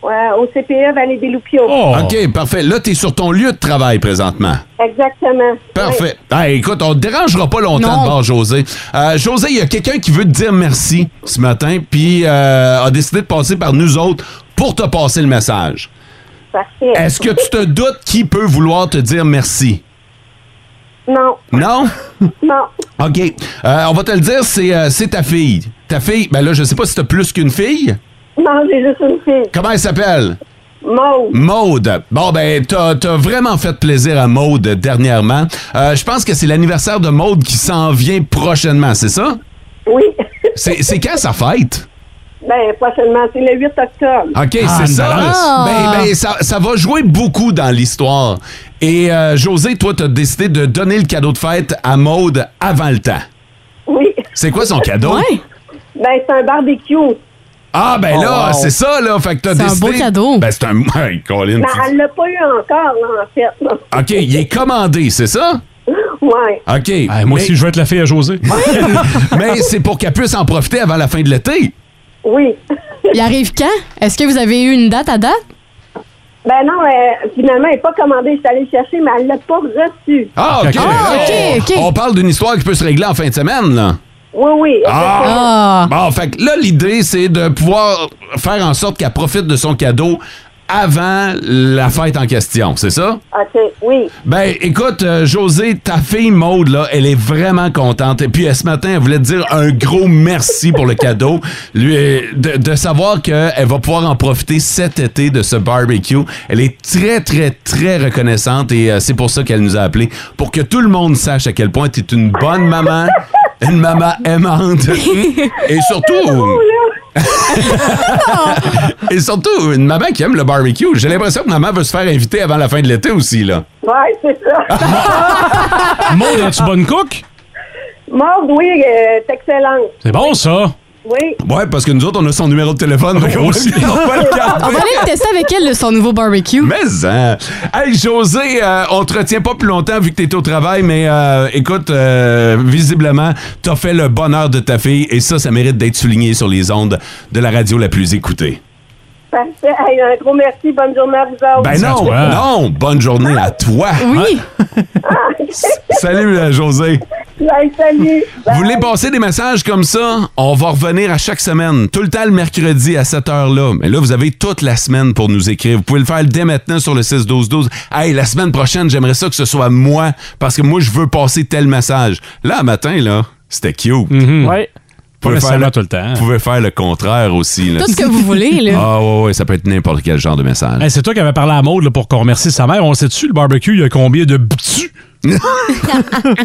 Speaker 11: ouais, au CPE Vallée des Loupiaux.
Speaker 5: Oh!
Speaker 2: OK, parfait. Là, tu es sur ton lieu de travail présentement.
Speaker 11: Exactement.
Speaker 2: Parfait. Ah, écoute, on ne dérangera pas longtemps
Speaker 4: Non.
Speaker 2: de bord, José. Euh, José, il y a quelqu'un qui veut te dire merci ce matin, puis euh, a décidé de passer par nous autres pour te passer le message.
Speaker 11: Oui, parfait.
Speaker 2: Est-ce que tu te doutes qui peut vouloir te dire merci?
Speaker 11: Non,
Speaker 2: Non?
Speaker 11: non.
Speaker 2: OK. Euh, on va te le dire, c'est euh, c'est ta fille. Ta fille, ben là, je sais pas si t'as plus qu'une fille.
Speaker 11: Non, j'ai juste une fille.
Speaker 2: Comment elle s'appelle?
Speaker 11: Maude.
Speaker 2: Maude. Bon, ben, t'as t'as vraiment fait plaisir à Maude dernièrement. Euh, je pense que c'est l'anniversaire de Maude qui s'en vient prochainement, c'est ça?
Speaker 11: Oui.
Speaker 2: [LAUGHS] C'est c'est quand sa fête?
Speaker 11: ben, prochainement, c'est le 8 octobre.
Speaker 2: OK,
Speaker 5: Ah,
Speaker 2: c'est ça.
Speaker 5: nice.
Speaker 4: Ah.
Speaker 2: Ben, ben, ça. ça va jouer beaucoup dans l'histoire. Et euh, José, toi, t'as décidé de donner le cadeau de fête à Maude avant le temps.
Speaker 11: Oui.
Speaker 2: C'est quoi son cadeau?
Speaker 4: Ouais.
Speaker 11: Ben, c'est un barbecue.
Speaker 2: Ah, ben là,
Speaker 6: wow.
Speaker 2: c'est ça, là. Fait que t'as
Speaker 4: C'est un
Speaker 2: décidé...
Speaker 4: beau cadeau.
Speaker 2: Ben, c'est un... [LAUGHS] Hey, Colin,
Speaker 11: Mais
Speaker 2: tu-
Speaker 11: Ben, elle l'a pas eu encore, là, en fait. là.
Speaker 2: OK, il est commandé, c'est ça?
Speaker 11: Ouais.
Speaker 2: OK.
Speaker 5: Ah, moi
Speaker 2: Mais-
Speaker 5: aussi, je veux être la fille à
Speaker 2: [LAUGHS]
Speaker 5: José.
Speaker 2: Mais c'est pour qu'elle puisse en profiter avant la fin de l'été.
Speaker 11: Oui.
Speaker 4: Il arrive quand? Est-ce que vous avez eu une date à date?
Speaker 11: Ben non, euh, finalement, elle n'est pas commandée. Je suis allée chercher, mais elle l'a pas reçue.
Speaker 2: Ah, OK.
Speaker 5: Ah,
Speaker 4: OK, OK.
Speaker 2: On parle d'une histoire qui peut se régler en fin de semaine, là.
Speaker 11: Oui, oui.
Speaker 4: Ah!
Speaker 2: Bon, fait que là, l'idée, c'est de pouvoir faire en sorte qu'elle profite de son cadeau avant la fête en question, c'est ça?
Speaker 11: OK, oui.
Speaker 2: Ben, écoute, euh, José, ta fille Maude, là, elle est vraiment contente. Et puis, euh, ce matin, elle voulait te dire un gros merci pour le cadeau. Lui, euh, de, de savoir qu'elle va pouvoir en profiter cet été de ce barbecue. Elle est très, très, très reconnaissante et euh, c'est pour ça qu'elle nous a appelés. Pour que tout le monde sache à quel point tu es une bonne maman, une maman aimante et surtout... [LAUGHS] et surtout, une maman qui aime le barbecue. J'ai l'impression que maman veut se faire inviter avant la fin de l'été aussi, là.
Speaker 11: Ouais, c'est ça.
Speaker 2: [LAUGHS]
Speaker 5: Maud, es-tu bonne cook?
Speaker 11: Maude, oui, euh, c'est excellent.
Speaker 5: C'est bon, ça.
Speaker 11: Oui.
Speaker 2: Ouais, parce que nous autres, on a son numéro de téléphone. donc [LAUGHS] on aussi. On va
Speaker 5: [LAUGHS]
Speaker 2: le garder.
Speaker 4: On va aller le tester avec elle, le- son nouveau barbecue.
Speaker 2: Mais, hein. Hey, José, euh, on te retient pas plus longtemps vu que t'es au travail, mais euh, écoute, euh, visiblement, t'as fait le bonheur de ta fille et ça, ça mérite d'être souligné sur les ondes de la radio la plus écoutée.
Speaker 11: Parfait. Hey, un gros merci. Bonne journée à vous autres.
Speaker 2: Ben
Speaker 11: [LAUGHS]
Speaker 2: non, non, bonne journée à toi. Hein?
Speaker 4: Oui.
Speaker 2: Salut, euh, José.
Speaker 11: Ouais, Ah,
Speaker 2: [LAUGHS]
Speaker 11: salut.
Speaker 2: Vous voulez passer des messages comme ça? On va revenir à chaque semaine, tout le temps le mercredi à cette heure-là. Mais là, vous avez toute la semaine pour nous écrire. Vous pouvez le faire dès maintenant sur le 6-12-12. Hey, la semaine prochaine, j'aimerais ça que ce soit moi, parce que moi, je veux passer tel message. Là, matin, là, c'était cute.
Speaker 6: Ouais.
Speaker 2: Vous pouvez
Speaker 5: Mm-hmm. Pas
Speaker 2: faire le,
Speaker 5: nécessairement tout le temps.
Speaker 2: Vous pouvez faire le contraire aussi. là.
Speaker 4: Tout ce que vous voulez, là.
Speaker 2: Ah ouais, ouais, ça peut être n'importe quel genre de message.
Speaker 5: Hey, c'est toi qui avais parlé à Maude là, pour qu'on remercie sa mère. On sait dessus le barbecue, il y a combien de
Speaker 2: [LAUGHS]
Speaker 5: btus?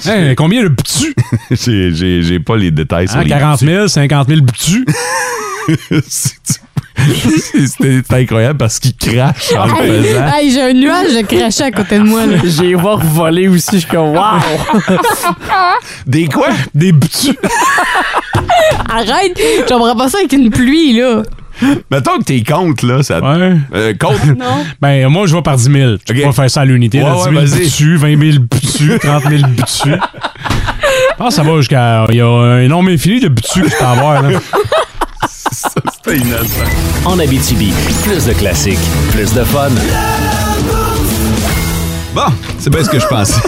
Speaker 5: Hey, combien de btus?
Speaker 2: [LAUGHS] J'ai- J'ai j'ai pas les détails sur
Speaker 5: Hein,
Speaker 2: les
Speaker 5: 40 000, 50 000
Speaker 2: [LAUGHS]
Speaker 5: btus?
Speaker 2: C'est- c'est- [LAUGHS] C'était incroyable parce qu'il crache en le
Speaker 4: Hey,
Speaker 2: faisant.
Speaker 4: hey, j'ai un nuage de crachat à côté de moi,
Speaker 2: [LAUGHS]
Speaker 4: là.
Speaker 6: [LAUGHS] J'ai voir voler aussi, je suis comme waouh!
Speaker 2: Des quoi?
Speaker 5: Des btus?
Speaker 4: Arrête! J'aimerais pas ça avec une pluie, là.
Speaker 2: Mettons que t'es contre, là. Ça...
Speaker 5: Ouais.
Speaker 2: Euh, contre?
Speaker 5: Ben, moi, je vais par 10 000. Tu
Speaker 2: Ok.
Speaker 5: vas faire ça à l'unité.
Speaker 2: Ouais,
Speaker 5: là,
Speaker 2: ouais,
Speaker 5: 10 000
Speaker 2: vas-y.
Speaker 5: btus, 20 000 btus, 30 000 btus. Je pense que Ah, ça va jusqu'à. Il y a un nombre infini de btus que je peux avoir. Là.
Speaker 2: Ça, c'était innocent.
Speaker 3: En Abitibi, plus de classiques, plus de fun.
Speaker 2: Bon, c'est bien ce que je pensais.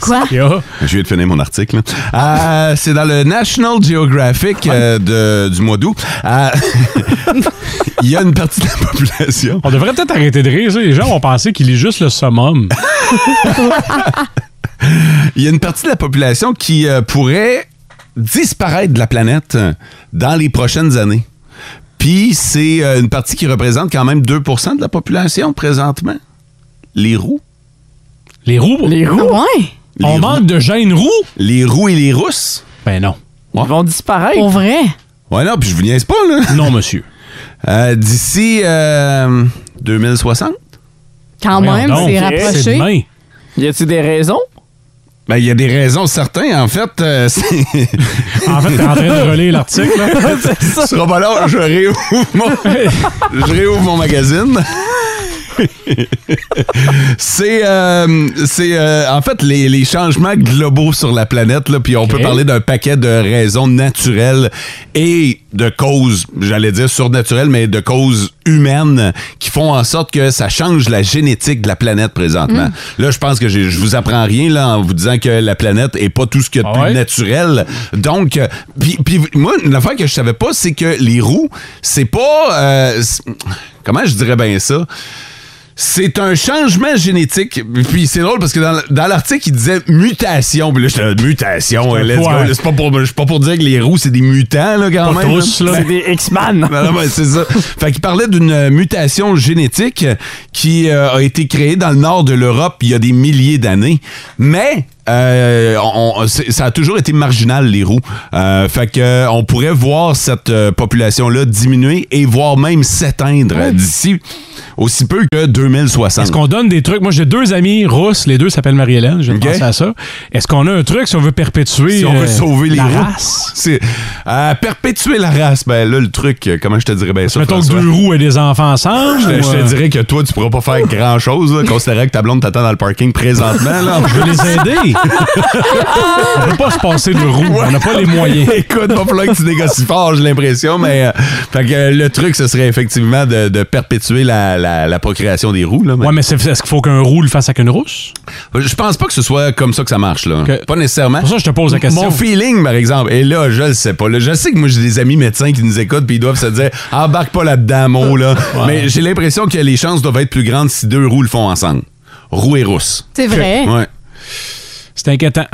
Speaker 4: Quoi?
Speaker 5: Il y a-
Speaker 2: Je viens de finir mon article. là. Euh, c'est dans le National Geographic euh, de- du mois d'août. Euh, [LAUGHS] [LAUGHS] Il y a une partie de la population.
Speaker 5: On devrait peut-être arrêter de rire. ça. Les gens vont penser qu'il est juste le
Speaker 2: [LAUGHS]
Speaker 5: summum.
Speaker 2: Il y a une partie de la population qui euh, pourrait disparaître de la planète euh, dans les prochaines années. Puis c'est euh, une partie qui représente quand même 2 de la population présentement. Les roues.
Speaker 5: Les roues.
Speaker 6: Les
Speaker 4: Ah
Speaker 6: roues
Speaker 4: ouais?
Speaker 2: Les
Speaker 5: On
Speaker 2: roues.
Speaker 5: manque de gènes roux.
Speaker 2: Les roues et les rousses.
Speaker 5: Ben non.
Speaker 6: ils vont disparaître.
Speaker 4: Pour vrai?
Speaker 2: Ouais, non, puis je vous niaise pas, là.
Speaker 5: Non, monsieur.
Speaker 2: Euh, D'ici euh, 2060,
Speaker 4: Quand même,
Speaker 5: Voyons
Speaker 4: c'est
Speaker 5: donc. C'est
Speaker 4: rapproché.
Speaker 5: demain.
Speaker 6: Y a-t-il des raisons?
Speaker 2: ben, il y a des raisons certaines. En fait, euh, [LAUGHS] c'est-
Speaker 5: [LAUGHS] En fait, t'es en train de relayer l'article.
Speaker 2: [LAUGHS]
Speaker 5: là.
Speaker 2: ce sera pas long. Je réouvre
Speaker 5: [LAUGHS]
Speaker 2: mon, je réouvre mon magazine. c'est euh, c'est euh, en fait les, les changements globaux sur la planète là, puis on peut parler d'un paquet de raisons naturelles et de causes, j'allais dire surnaturelles, mais de causes humaines qui font en sorte que ça change la génétique de la planète présentement.
Speaker 5: Mm.
Speaker 2: Là, je pense que j'ai- je vous apprends rien là en vous disant que la planète est pas tout ce qu'il y a de
Speaker 5: Ah
Speaker 2: plus
Speaker 5: ouais?
Speaker 2: naturel. Donc, euh, puis puis moi, une affaire que je savais pas, c'est que les roues, c'est pas euh, c'est- comment je dirais bien ça. C'est un changement génétique. Puis c'est drôle parce que dans, dans l'article, il disait mutation. Puis là, j'étais mutation. hein, let's go.
Speaker 5: Ouais.
Speaker 2: C'est pas, pour- c'est pas pour dire que les roues, c'est des mutants, là, quand
Speaker 5: Pas
Speaker 2: même.
Speaker 5: tous, là.
Speaker 6: C'est des X-Man.
Speaker 2: [LAUGHS] Non, non, mais c'est ça. Fait qu'il parlait d'une euh, mutation génétique qui euh, a été créée dans le nord de l'Europe il y a des milliers d'années. Mais euh, on- on- c'est- ça a toujours été marginal, les roues. Euh, fait que, euh, on pourrait voir cette euh, population-là diminuer et voire même s'éteindre euh, d'ici aussi peu que 2060.
Speaker 5: Est-ce qu'on donne des trucs? Moi, j'ai deux amis rousses. Les deux s'appellent Marie-Hélène. J'ai
Speaker 2: Ok.
Speaker 5: pensé à ça. Est-ce qu'on a un truc si on veut perpétuer
Speaker 2: si on
Speaker 5: euh,
Speaker 2: veut sauver les
Speaker 5: la
Speaker 2: roues.
Speaker 5: race?
Speaker 2: C'est euh, perpétuer la race. Ben là, le truc, euh, comment je te dirais bien ça?
Speaker 5: Mettons que
Speaker 2: François? Ben,
Speaker 5: deux roues et des enfants ensemble.
Speaker 2: Je, te- je
Speaker 5: ou, euh,
Speaker 2: te dirais que toi, tu pourras pas faire grand-chose, là, considérant que ta blonde t'attend dans le parking présentement. Là.
Speaker 5: [LAUGHS] Je veux les
Speaker 2: [LAUGHS]
Speaker 5: aider. on peut pas se passer de roues. On n'a pas les moyens.
Speaker 2: [LAUGHS] Écoute, va falloir que tu négocies fort, j'ai l'impression, mais euh, fait que, euh, le truc, ce serait effectivement de, de perpétuer la, la- la procréation des roues. Là, mais- Euh,
Speaker 5: Ouais, mais c'est- est-ce qu'il faut qu'un roux le fasse avec une rousse?
Speaker 2: Je pense pas que ce soit comme ça que ça marche. Là.
Speaker 5: Ok.
Speaker 2: Pas nécessairement.
Speaker 5: Pour ça, je te pose la question.
Speaker 2: Mon feeling, par exemple, et là, je le sais pas. là. Je sais que moi, j'ai des amis médecins qui nous écoutent puis ils doivent se dire embarque pas là-dedans,
Speaker 5: [LAUGHS]
Speaker 2: mon là. Mais j'ai l'impression que les chances doivent être plus grandes si deux roues le font ensemble. Roue et rousse.
Speaker 4: C'est vrai.
Speaker 2: Ouais.
Speaker 5: C'est inquiétant.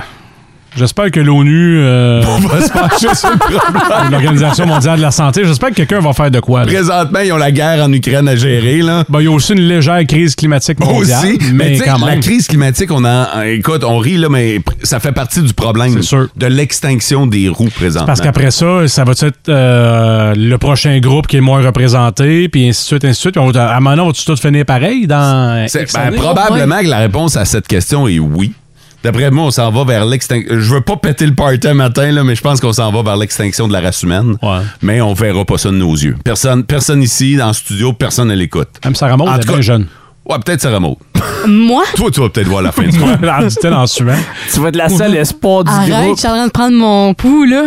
Speaker 5: J'espère que l'ONU, euh,
Speaker 2: On va se pencher sur le problème.
Speaker 5: l'Organisation mondiale de la santé, j'espère que quelqu'un va faire de quoi. là.
Speaker 2: Présentement, ils ont la guerre en Ukraine à gérer, là.
Speaker 5: Ben, il y a aussi une légère crise climatique mondiale.
Speaker 2: Aussi, mais,
Speaker 5: mais
Speaker 2: tu sais,
Speaker 5: quand même.
Speaker 2: la crise climatique, on en, écoute, on rit là, mais pr- ça fait partie du problème
Speaker 5: C'est sûr.
Speaker 2: de l'extinction des roues présentement.
Speaker 5: Parce qu'après ça, ça va être euh, le prochain groupe qui est moins représenté, puis ainsi de suite, ainsi de suite. Puis on va- à un moment, donné, on va-tu tout finir pareil dans.
Speaker 2: C'est-
Speaker 5: X
Speaker 2: ben,
Speaker 5: années?
Speaker 2: probablement que la réponse à cette question est oui. D'après moi, on s'en va vers l'extinction. Je veux pas péter le party un matin, là, mais je pense qu'on s'en va vers l'extinction de la race humaine. Mais on verra pas ça de nos yeux. Personne, personne ici, dans le studio, personne ne l'écoute.
Speaker 5: Même Sarah Maud, elle est bien jeune.
Speaker 2: Ouais, peut-être Sarah Maud. [LAUGHS]
Speaker 4: Moi?
Speaker 2: Toi, tu vas peut-être voir la fin du
Speaker 5: Ouais, [LAUGHS] elle dit en suivant.
Speaker 6: Tu vas être la seule espoir du
Speaker 4: Arrête, je
Speaker 6: groupe.
Speaker 4: suis en train de prendre mon pouls,
Speaker 6: [LAUGHS]
Speaker 4: là.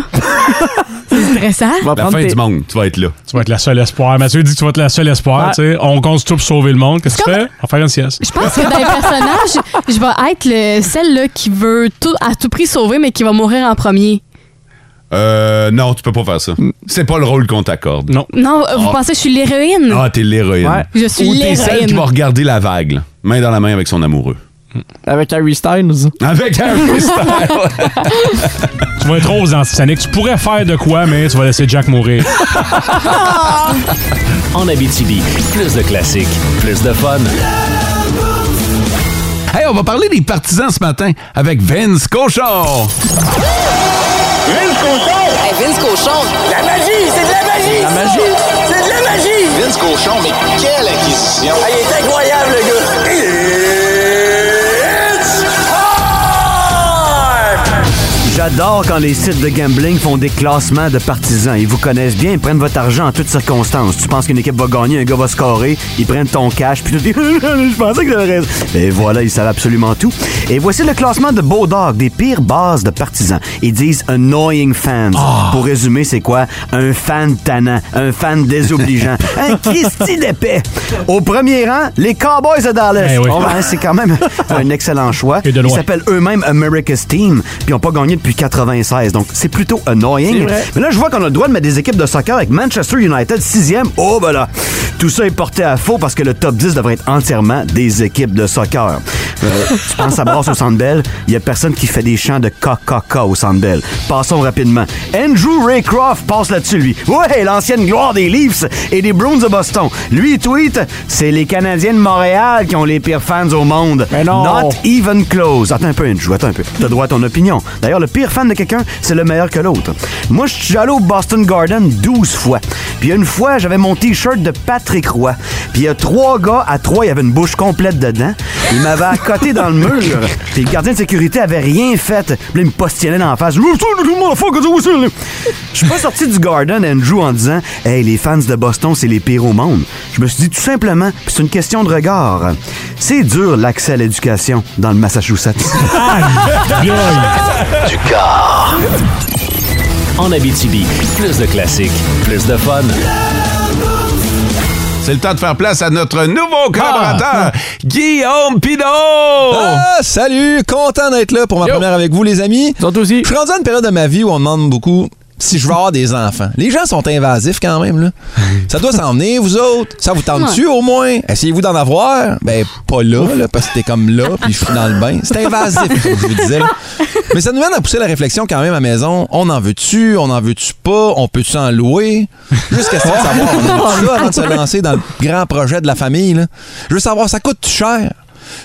Speaker 4: C'est stressant.
Speaker 2: La fin du monde, tu vas être là.
Speaker 5: Tu vas être la seule espoir. Mathieu dit que tu vas être la seule espoir.
Speaker 4: Ouais.
Speaker 5: tu sais. On compte tout pour sauver le monde. Qu'est-ce que tu fais? On va faire une sieste.
Speaker 4: Je pense que dans les personnages, je vais être le, celle là qui veut tout, à tout prix sauver, mais qui va mourir en premier.
Speaker 2: Euh, non, tu peux pas faire ça. C'est pas le rôle qu'on t'accorde.
Speaker 5: Non.
Speaker 4: Non, vous
Speaker 2: Ah.
Speaker 4: pensez que je suis l'héroïne?
Speaker 2: Ah, t'es l'héroïne.
Speaker 4: Mm. Ouais. Je suis
Speaker 2: Ou t'es
Speaker 4: l'héroïne.
Speaker 2: celle qui va regarder la vague, là, main dans la main avec son amoureux.
Speaker 6: Avec Harry Styles.
Speaker 4: [LAUGHS]
Speaker 2: Avec Harry
Speaker 5: Tu vas être rose dans Titanic. Tu pourrais faire de quoi, mais tu vas laisser Jack mourir.
Speaker 3: En Abitibi, plus de classiques, plus de fun.
Speaker 2: Hey, on va parler des partisans ce matin avec Vince Cochon.
Speaker 9: Vince Cochon! Vince Cochon! La magie! C'est de la magie! La magie! C'est de la magie! Vince Cochon, mais quelle acquisition! il est incroyable, le gars! It's
Speaker 12: J'adore quand les sites de gambling font des classements de partisans. Ils vous connaissent bien, ils prennent votre argent en toutes circonstances. Tu penses qu'une équipe va gagner, un gars va scorer, ils prennent ton cash, puis tu te dis [LAUGHS] Je pensais que j'avais raison. Et voilà, ils savent absolument tout. Et voici le classement de Beaudog, des pires bases de partisans. Ils disent annoying fans.
Speaker 5: Ah.
Speaker 12: Pour résumer, c'est quoi Un fan tannant, un
Speaker 5: [LAUGHS]
Speaker 12: fan désobligeant, un Christy d'épais. Au premier rang, les Cowboys de Dallas.
Speaker 5: Ben oui.
Speaker 12: On va- hein, c'est quand même un excellent choix.
Speaker 5: de
Speaker 12: Ils
Speaker 5: loin.
Speaker 12: s'appellent eux-mêmes America's Team, puis ils n'ont pas gagné depuis 96. Donc, c'est plutôt annoying. Mais là, je vois qu'on a le droit de mettre des équipes de soccer avec Manchester United 6e. Oh, ben là. Tout ça est porté à faux parce que le top 10 devrait être entièrement des équipes de soccer. Euh, tu penses à Brasse au Centre Bell, il y a personne qui fait des chants de KKK au Centre Bell. Passons rapidement. Andrew Raycroft passe là-dessus, lui. Ouais, l'ancienne gloire des Leafs et des Bruins de Boston. Lui, il tweet, c'est les Canadiens de Montréal qui ont les pires fans au monde. Mais non. Not even close. Attends un peu, Andrew, attends un peu. T'as droit à ton opinion. D'ailleurs, le pire fan de quelqu'un, c'est le meilleur que l'autre. Moi, je suis allé au Boston Garden 12 fois. Puis une fois, j'avais mon t-shirt de Patrick Roy. Puis il y a trois gars à trois, il y avait une bouche complète dedans. Ils m'avaient accoté dans le mur. Puis le gardien de sécurité avait rien fait. Puis là, il me postillait dans la face. Je suis pas sorti du Garden, Andrew, en disant Hey, les fans de Boston, c'est les pires au monde. Je me suis dit tout simplement, puis c'est une question de regard. C'est dur l'accès à l'éducation dans le Massachusetts.
Speaker 2: Ah,
Speaker 9: Du corps!
Speaker 3: En Abitibi, plus de classiques, plus de fun.
Speaker 2: C'est le temps de faire place à notre nouveau collaborateur, Guillaume Pidot!
Speaker 13: Ah, salut! Content d'être là pour ma première avec vous, les amis. aussi. Je suis rendu à une période de ma vie où on me demande beaucoup si je veux avoir des enfants. Les gens sont invasifs quand même, là. Ça doit s'en venir, vous autres. Ça vous tente-tu au moins? Essayez-vous d'en avoir? Ben, pas là, là, parce que t'es comme là, puis je suis dans le bain. C'est invasif, comme je vous disais. là. Mais ça nous mène à pousser la réflexion quand même à la maison. On en veut-tu? On en veut-tu pas? On peut-tu en louer? Juste question
Speaker 2: Oh,
Speaker 13: de savoir, on en veut-tu là avant de se lancer dans le grand projet de la famille, là? Je veux savoir, ça coûte cher?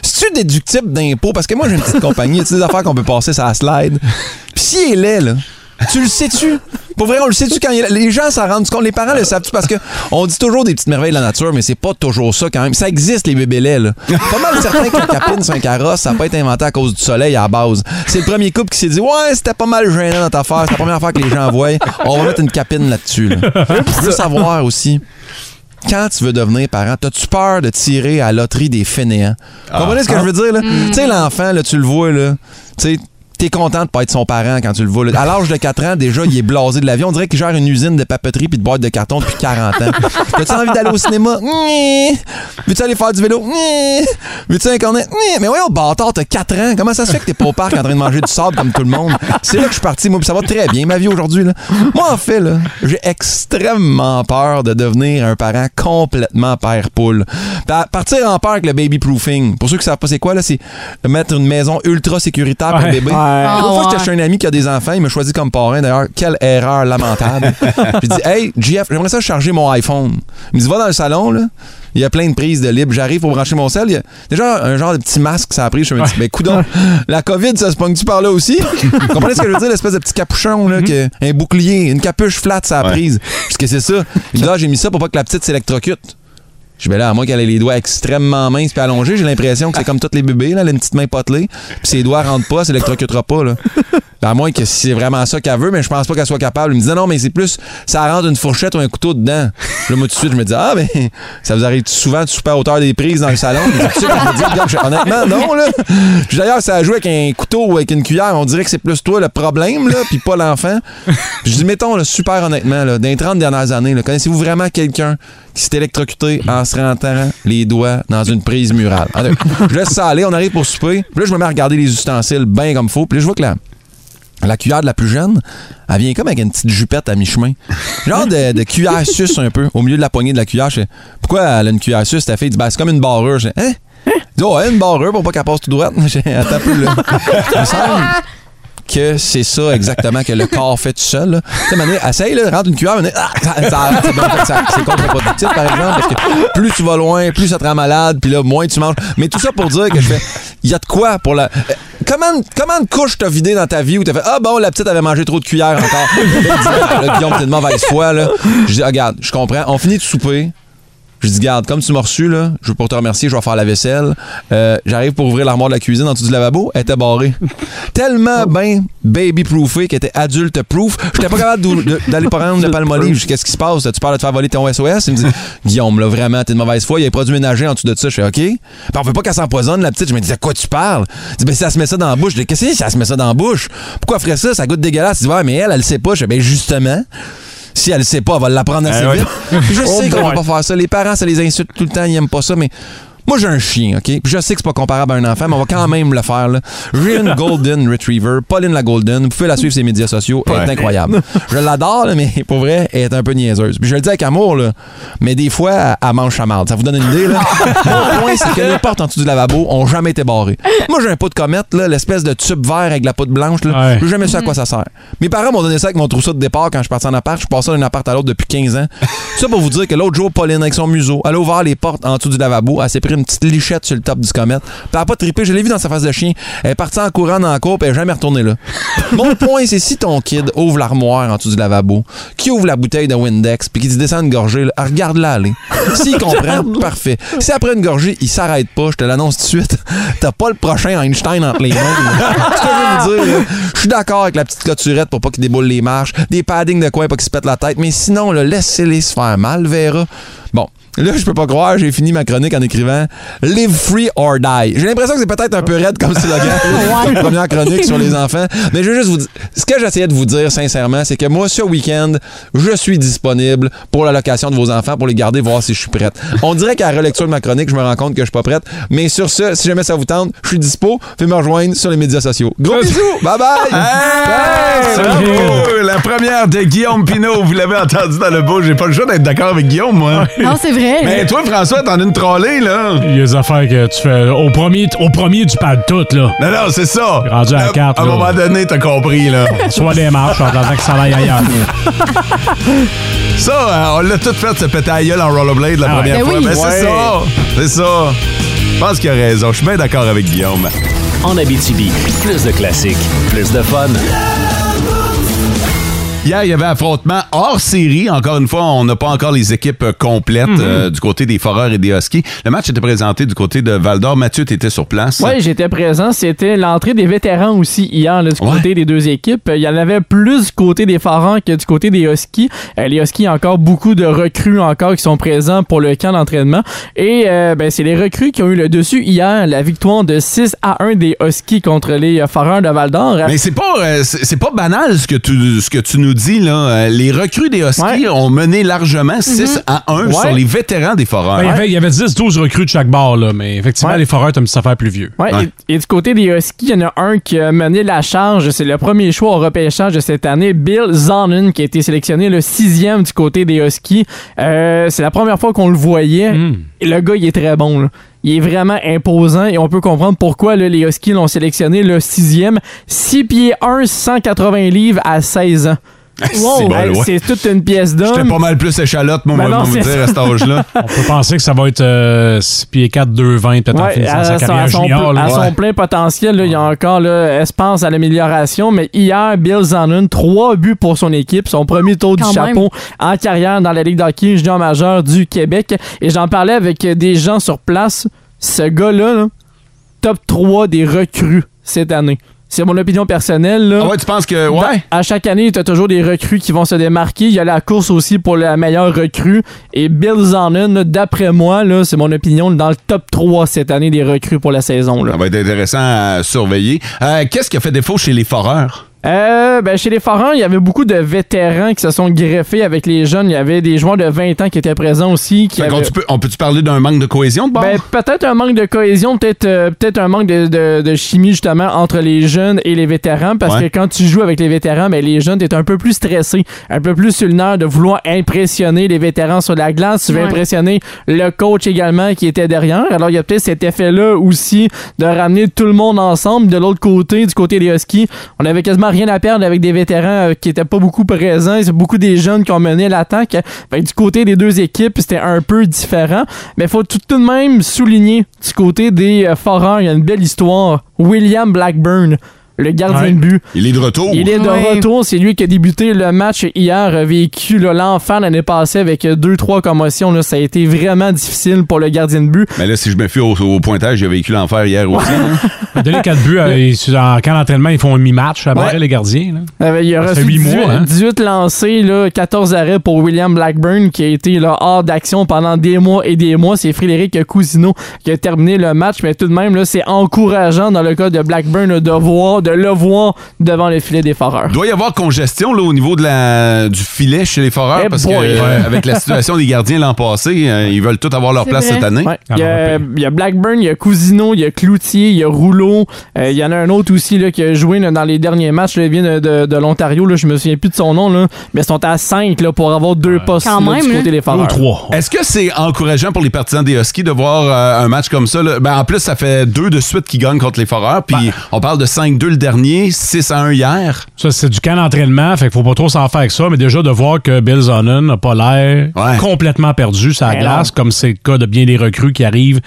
Speaker 13: C'est-tu déductible d'impôts? Parce que moi, j'ai une petite compagnie. Tu des affaires qu'on peut passer sur la slide. Puis s'il est laid, là, tu le sais-tu? Pour vrai, on le sait-tu quand il est laid? Les gens s'en rendent compte. Les parents le savent-tu? Parce que on dit toujours des petites merveilles de la nature, mais c'est pas toujours ça quand même. Ça existe, les bébés laits, là. Pas mal certain que capine sur un carrosse, ça n'a pas été inventé à cause du soleil à la base. C'est le premier couple qui s'est dit, ouais, c'était pas mal gênant notre affaire. C'est la première affaire que les gens voient. On va mettre une capine là-dessus, là. Je veux savoir aussi quand tu veux devenir parent, t'as-tu peur de tirer à la loterie des fainéants? Comprenez ce que je veux dire, là? Tu sais, l'enfant, là, tu le vois, là. Tu sais, t'es content de pas être son parent quand tu le vois. là. À l'âge de 4 ans, déjà, il est blasé de la vie. On dirait qu'il gère une usine de papeterie puis de boîte de carton depuis 40 ans. T'as-tu envie d'aller
Speaker 5: [LAUGHS]
Speaker 13: au cinéma? Nyeh. Veux-tu aller faire du vélo? Nyeh. Veux-tu incarner? Nyeh. Mais voyons, bâtard, t'as 4 ans. Comment ça se fait que t'es pas au parc en train de manger du sable comme tout le monde? C'est là que je suis parti, moi, puis ça va très bien, ma vie aujourd'hui. là. Moi, en fait, là, j'ai extrêmement peur de devenir un parent complètement père-poule. Pa- Partir en parc, le baby-proofing. Pour ceux qui savent pas c'est quoi, là, c'est mettre une maison ultra sécuritaire pour le
Speaker 5: Ouais.
Speaker 13: bébé.
Speaker 5: Ouais. Ah,
Speaker 13: L'autre fois, j'étais
Speaker 5: ouais.
Speaker 13: chez un ami qui a des enfants, il m'a choisi comme parrain. D'ailleurs, quelle erreur lamentable. Puis il dit Hey, JF, j'aimerais ça charger mon iPhone. Il me dit Va dans le salon, là. Il y a plein de prises de libre. J'arrive pour brancher mon sel. Il y a déjà un genre de petit masque, ça a pris. Je me dis, ben, coudonc, la COVID, ça se pogne-tu par là aussi? Vous comprenez ce que je veux dire? L'espèce de petit capuchon, là, que- un bouclier, une capuche flat, ça a prise. Parce que c'est ça. Il me dit, ah, j'ai mis ça pour pas que la petite s'électrocute. Je vais là, à moi qu'elle ait les doigts extrêmement minces puis allongés, j'ai l'impression que c'est comme toutes les bébés, là, elle a une petite main potelée, puis ses doigts rentrent pas, elle s'électrocutera pas. Là. À moins que c'est vraiment ça qu'elle veut, mais je pense pas qu'elle soit capable. Elle me disait non, mais c'est plus, ça rentre une fourchette ou un couteau dedans. Puis là, moi, tout de suite, je me dis, ah, ben, ça vous arrive souvent de super hauteur des prises dans le salon. Mais tu sais, quand je me dis, regarde, je- honnêtement, non, là. Puis D'ailleurs, ça a joué avec un couteau ou avec une cuillère. On dirait que c'est plus toi le problème, là, puis pas l'enfant. Puis je dis, mettons, là, super honnêtement, là, dans les 30 dernières années, là, connaissez-vous vraiment quelqu'un qui s'est électrocuté en se rentrant les doigts dans une prise murale? En tout cas, Je laisse ça aller, on arrive pour souper. Puis là, je me mets à regarder les ustensiles bien comme faut. Puis là, je vois que la, la cuillère de la plus jeune, elle vient comme avec une petite jupette à mi-chemin. Genre de, de cuillère suce un peu, au milieu de la poignée de la cuillère. Je fais, pourquoi elle a une cuillère suce? Ta fille dit, ben, c'est comme une barrure. Je fais, hein? Elle dit, oh, une barrure pour pas qu'elle passe tout droite. [LAUGHS] Je fais, attends un peu, là. Il me
Speaker 2: ah,
Speaker 13: semble que c'est ça exactement que le corps fait tout seul. là. Tu sais, mané, essaye, là, rentre une cuillère, mané, ah, ça, ça arrête, c'est bon, fait que ça- c'est contre-productif, par exemple, parce que plus tu vas loin, plus ça te rend malade, puis là, moins tu manges. Mais tout ça pour dire que je fais, il y a de quoi pour la. Euh, Comment, comment de couche t'as vidé dans ta vie où t'as fait Ah bon, la petite avait mangé trop de cuillères encore? [LAUGHS] Là, là, Guillaume, t'es de mauvaise foi, là. Je dis, Ah, regarde, je comprends. On finit de souper. Je dis, garde, comme tu m'as reçu, là, je veux pour te remercier, je vais faire la vaisselle. Euh, J'arrive pour ouvrir l'armoire de la cuisine en dessous du lavabo, elle était barrée. Tellement bien baby-proofée qu'elle était adulte-proof, j'étais pas capable d'ou- de- d'aller prendre le palmolive. Je dis, Qu'est-ce qui se passe? Tu parles de te faire voler ton SOS? Il me dit, Guillaume, là, vraiment, t'es de mauvaise foi, il y a des produits ménagers en dessous de ça. Je fais, OK. Puis on veut pas qu'elle s'empoisonne, la petite. Je me dis, à quoi tu parles? Je dis, ben, si elle se met ça dans la bouche, je dis, qu'est-ce que c'est, si elle se met ça dans la bouche? Pourquoi elle ferait ça? Ça goûte dégueulasse. Il dit, ouais, mais elle, elle le sait pas. Je dis, ben, justement. Si elle le sait pas, elle va l'apprendre assez
Speaker 5: Eh ouais.
Speaker 13: vite.
Speaker 5: [LAUGHS]
Speaker 13: Je
Speaker 5: Oh
Speaker 13: sais qu'on va
Speaker 5: boy.
Speaker 13: pas faire ça. Les parents, ça les insulte tout le temps, ils aiment pas ça, mais. Moi, j'ai un chien, OK? Puis je sais que c'est pas comparable à un enfant, mais on va quand même le faire, là. J'ai
Speaker 5: [LAUGHS]
Speaker 13: une Golden Retriever, Pauline la Golden. Vous pouvez la suivre sur les médias sociaux. Elle est
Speaker 5: Ouais.
Speaker 13: incroyable. Je l'adore, là, mais pour vrai, elle est un peu niaiseuse. Puis je le dis avec amour, là. Mais des fois, elle- elle mange sa marde. Ça vous donne une idée,
Speaker 5: [LAUGHS]
Speaker 13: là? Mon point, c'est que les portes en dessous du lavabo ont jamais été barrées. Moi, j'ai un pot de comète, là, l'espèce de tube vert avec la poudre blanche, là. J'ai jamais su à quoi ça sert. Mes parents m'ont donné ça avec mon trousseau de départ quand je suis parti en appart. Je suis passé d'un appart à l'autre depuis 15 ans. Ça pour vous dire que l'autre jour, Pauline, avec son museau, elle a ouvert les portes en dessous du lavabo. Elle s'est pris une petite lichette sur le top du comète. Puis elle a pas trippé. Je l'ai vu dans sa face de chien. Elle est partie en courant dans la cour, puis elle est jamais retournée là. Mon point, c'est si ton kid ouvre l'armoire en dessous du lavabo, qui ouvre la bouteille de Windex, puis qui dit descend une gorgée, là, regarde-la aller. S'il comprend, parfait. Si après une gorgée, il s'arrête pas, je te l'annonce tout de suite, [LAUGHS] t'as pas le prochain Einstein entre les mains. là. Ce que je veux vous dire, là, je suis d'accord avec la petite clôturette pour pas qu'il déboule les marches, des paddings de coin pour qu'il se pète la tête, mais sinon, là, laissez-les se faire mal, verra. Bon. Là, je peux pas croire, j'ai fini ma chronique en écrivant Live free or die. J'ai l'impression que c'est peut-être un peu raide comme slogan. comme première chronique sur les enfants. Mais je veux juste vous dire, ce que j'essayais de vous dire sincèrement, c'est que moi, ce week-end, je suis disponible pour la location de vos enfants, pour les garder, voir si je suis prête. On dirait qu'à la relecture de ma chronique, je me rends compte que je suis pas prête. Mais sur ce, si jamais ça vous tente, je suis dispo. Faites me rejoindre sur les médias sociaux. Gros bisous! Bye bye!
Speaker 2: Bravo! La première de Guillaume Pinault, vous l'avez entendu dans le beau. J'ai pas le choix d'être d'accord avec Guillaume, moi.
Speaker 4: Non, c'est vrai.
Speaker 2: Mais toi, François, t'en as une trollée, là.
Speaker 5: Il y a des affaires que tu fais. Au premier, au premier tu parles tout, là.
Speaker 2: Non, non, c'est ça.
Speaker 5: Rendu à la carte,
Speaker 2: À un
Speaker 5: là.
Speaker 2: moment donné, t'as compris, là.
Speaker 5: Soit des marches en attendant que ça aille ailleurs.
Speaker 2: Ça, euh, on l'a tout fait, se péter à gueule en rollerblade la
Speaker 5: Ah ouais.
Speaker 2: première
Speaker 5: Ben
Speaker 2: fois.
Speaker 5: oui.
Speaker 2: Mais
Speaker 5: Ouais.
Speaker 2: c'est ça. C'est ça. Je pense qu'il a raison. Je suis bien d'accord avec Guillaume.
Speaker 3: En Abitibi, plus de classiques, plus de fun.
Speaker 2: Hier, il y avait affrontement hors série. Encore une fois, on n'a pas encore les équipes euh, complètes
Speaker 6: Mhm.
Speaker 2: euh, du côté des Foreurs et des Huskies. Le match était présenté du côté de Val-d'Or. Mathieu, t'étais sur place.
Speaker 6: Ouais, j'étais présent. C'était l'entrée des vétérans aussi hier, là, du côté des deux équipes. Il y en avait plus du côté des Pharaons que du côté des Huskies. Euh, les Huskies, encore beaucoup de recrues encore qui sont présents pour le camp d'entraînement. Et euh, ben, c'est les recrues qui ont eu le dessus hier. La victoire de 6 à 1 des Huskies contre les euh, Pharaons de Val-d'Or.
Speaker 2: Mais c'est pas euh, c'est c'est pas banal ce que tu ce que tu nous dis là. Euh, Les recrues des Huskies ont mené
Speaker 6: Mhm.
Speaker 2: largement 6 à 1 sur
Speaker 5: Ouais.
Speaker 2: les vétérans des Foreurs.
Speaker 5: Ben, il y avait, il y avait 10-12 recrues de chaque bar, là, mais effectivement, les foreurs, t'as mis cette affaire plus vieux.
Speaker 6: Ouais, Et, et du côté des Huskies, il y en a un qui a mené la charge. C'est le premier choix au repêchage de cette année, Bill Zonin, qui a été sélectionné le sixième du côté des Huskies. Euh, c'est la première fois qu'on le voyait.
Speaker 2: Hmm.
Speaker 6: Et le gars, il est très bon. là. Il est vraiment imposant et on peut comprendre pourquoi là, les Huskies l'ont sélectionné le sixième. 6 pieds 1, 180 livres à 16 ans.
Speaker 2: [LAUGHS] C'est
Speaker 6: Wow.
Speaker 2: bon,
Speaker 6: Hey,
Speaker 2: ouais.
Speaker 6: C'est toute une pièce d'homme.
Speaker 2: J'étais pas mal plus échalote, moi,
Speaker 6: Ben
Speaker 2: on va
Speaker 6: non,
Speaker 2: vous
Speaker 6: c'est
Speaker 2: dire,
Speaker 6: ça.
Speaker 2: à
Speaker 6: [LAUGHS]
Speaker 2: cet âge-là.
Speaker 5: [LAUGHS] On peut penser que ça va être euh, 6 pieds 4, 2, 20, peut-être en
Speaker 6: Ouais,
Speaker 5: finissant
Speaker 6: à,
Speaker 5: sa
Speaker 6: son-
Speaker 5: carrière
Speaker 6: à son,
Speaker 5: junior.
Speaker 6: à
Speaker 5: là.
Speaker 6: son plein potentiel, là, il y a encore là, espace à l'amélioration. Mais hier, Bill Zanon, trois buts pour son équipe, son premier tour du
Speaker 5: Quand même.
Speaker 6: chapeau en carrière dans la Ligue d'hockey junior majeure du Québec. Et j'en parlais avec des gens sur place. Ce gars-là, là, top 3 des recrues cette année. C'est mon opinion personnelle. Là.
Speaker 2: Ah ouais, tu penses que. Ouais.
Speaker 6: Dans- à chaque année, tu as toujours des recrues qui vont se démarquer. Il y a la course aussi pour la meilleure recrue. Et Bill Zanon, là, d'après moi, là, c'est mon opinion, dans le top 3 cette année des recrues pour la saison. Là.
Speaker 2: Ça va être intéressant à surveiller. Euh, Qu'est-ce qui a fait défaut chez les foreurs?
Speaker 6: Euh, ben, chez les Forains, il y avait beaucoup de vétérans qui se sont greffés avec les jeunes. Il y avait des joueurs de 20 ans qui étaient présents aussi. Qui
Speaker 2: Fait qu'on
Speaker 6: avaient-
Speaker 2: tu peux- on peut-tu parler d'un manque de cohésion de bord?
Speaker 6: Ben, peut-être un manque de cohésion, peut-être euh, peut-être un manque de, de- de chimie justement entre les jeunes et les vétérans parce
Speaker 2: Ouais.
Speaker 6: que quand tu joues avec les vétérans, ben, les jeunes, t'es un peu plus stressé, un peu plus sur le nerf de vouloir impressionner les vétérans sur la glace. Tu veux
Speaker 5: Ouais.
Speaker 6: impressionner le coach également qui était derrière. Alors, il y a peut-être cet effet-là aussi de ramener tout le monde ensemble. De l'autre côté, du côté des Huskies, on avait quasiment rien à perdre avec des vétérans euh, qui étaient pas beaucoup présents. C'est beaucoup des jeunes qui ont mené l'attaque. Fait que du côté des deux équipes, c'était un peu différent. Mais faut tout, tout de même souligner, du côté des euh, Foreurs, il y a une belle histoire. William Blackburn, le gardien
Speaker 2: Ouais.
Speaker 6: de but.
Speaker 2: Il est de retour.
Speaker 6: Il est de
Speaker 2: Ouais.
Speaker 6: retour. C'est lui qui a débuté le match hier, a vécu là, l'enfer l'année passée avec euh, deux, trois commotions. là. Ça a été vraiment difficile pour le gardien de but.
Speaker 2: Mais là, si je me fie au, au pointage, il a vécu l'enfer hier aussi.
Speaker 5: Il a donné 4 buts à- ils- en camp d'entraînement, ils font un mi-match après les gardiens. là.
Speaker 6: Euh, il a
Speaker 5: Ça fait
Speaker 6: reçu
Speaker 5: huit
Speaker 6: 18,
Speaker 5: mois, hein?
Speaker 6: 18 lancés, là, 14 arrêts pour William Blackburn qui a été là, hors d'action pendant des mois et des mois. C'est Frédéric Cousineau qui a terminé le match, mais tout de même, là, c'est encourageant dans le cas de Blackburn là, de voir, de le voir devant le filet des Foreurs.
Speaker 2: Il doit y avoir congestion là, au niveau de la, du filet chez les foreurs
Speaker 6: Eh
Speaker 2: parce que,
Speaker 6: boy.
Speaker 2: euh,
Speaker 6: Ouais.
Speaker 2: avec la situation des gardiens l'an passé, euh, ils veulent tous avoir leur
Speaker 6: C'est
Speaker 2: place
Speaker 6: vrai.
Speaker 2: cette année.
Speaker 6: Ouais. Il y a- euh, il y, a Blackburn, il y a Cousineau, il y a Cloutier, il y a Rouleau. Euh, il y en a un autre aussi là, qui a joué là, dans les derniers matchs. là, il vient de, de, de l'Ontario. là, Je me souviens plus de son nom. Là, mais ils sont à 5 pour avoir deux postes
Speaker 4: Quand
Speaker 6: là,
Speaker 4: même,
Speaker 6: du
Speaker 2: hein.
Speaker 4: là.
Speaker 6: côté des Foreurs.
Speaker 2: Est-ce que c'est encourageant pour les partisans des Huskies de voir euh, un match comme ça? là? Ben, en plus, ça fait deux de suite qui gagnent contre les Foreurs. Puis
Speaker 4: Ben.
Speaker 2: on parle de 5-2 le dernier, 6-1 hier.
Speaker 5: Ça, c'est du camp d'entraînement, fait qu'il faut pas trop s'en faire avec ça, mais déjà de voir que Bill Zonnen n'a pas l'air complètement perdu sa
Speaker 6: Ben
Speaker 5: glace,
Speaker 6: non.
Speaker 5: comme c'est le cas de bien des recrues qui arrivent.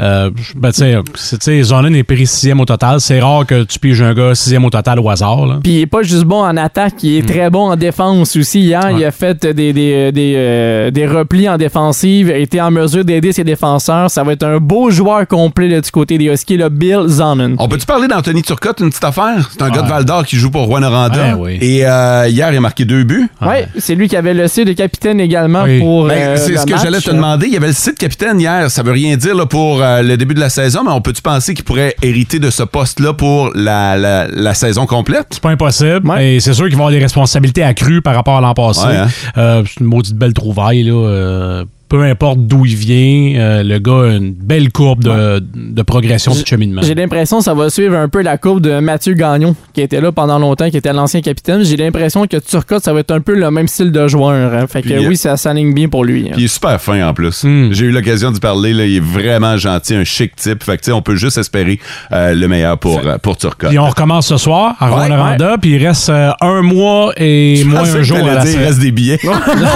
Speaker 5: Euh, ben, tu sais, c'est- tu sais, Zonnen est péri sixième au total. C'est rare que tu piges un gars sixième au total au hasard. là.
Speaker 6: Puis il est pas juste bon en attaque, il est très bon en défense aussi. Hier, il a fait des, des, des, euh, des replis en défensive, a été en mesure d'aider ses défenseurs. Ça va être un beau joueur complet là, du côté des Huskies, le Bill Zanon.
Speaker 2: On peut-tu parler d'Anthony Turcotte, une petite affaire? C'est un gars de Val d'Or qui joue pour Juan Oranda.
Speaker 4: Ben
Speaker 6: Ouais, oui.
Speaker 2: Et euh, hier, il a marqué deux buts.
Speaker 6: Ouais, c'est lui qui avait le C de capitaine
Speaker 5: Ah,
Speaker 6: également
Speaker 2: Oui.
Speaker 6: pour.
Speaker 2: Ben,
Speaker 6: euh,
Speaker 2: c'est
Speaker 6: le
Speaker 2: ce que
Speaker 6: match.
Speaker 2: j'allais te demander. Il y avait le site capitaine hier. Ça veut rien dire là, pour euh, le début de la saison, mais on peut-tu penser qu'il pourrait hériter de ce poste-là pour la, la- la saison complète?
Speaker 5: C'est pas impossible. Et c'est sûr qu'ils vont avoir des responsabilités accrues par rapport à l'an passé.
Speaker 2: Ouais, hein?
Speaker 5: Euh, c'est une maudite belle trouvaille, là. Euh, peu importe d'où il vient, euh, le gars a une belle courbe de, de progression et de cheminement.
Speaker 6: J'ai l'impression que ça va suivre un peu la courbe de Mathieu Gagnon, qui était là pendant longtemps, qui était l'ancien capitaine. J'ai l'impression que Turcotte, ça va être un peu le même style de joueur. hein. Fait que
Speaker 2: Puis, euh,
Speaker 6: oui, ça s'aligne bien pour lui. hein.
Speaker 2: Puis il est super fin en plus. J'ai eu l'occasion d'y parler. là. il est vraiment gentil, un chic type. Fait que, tu sais, on peut juste espérer euh, le meilleur pour, euh, pour Turcotte.
Speaker 5: Puis on recommence ce soir à
Speaker 2: Ouais,
Speaker 5: Rwanda, puis il reste euh, un mois et
Speaker 2: [LAUGHS] Je
Speaker 5: moins
Speaker 2: pensais
Speaker 5: un
Speaker 2: que
Speaker 5: jour
Speaker 2: t'allais
Speaker 5: à la
Speaker 2: dire, il
Speaker 5: saison.
Speaker 2: reste des billets.
Speaker 5: [LAUGHS]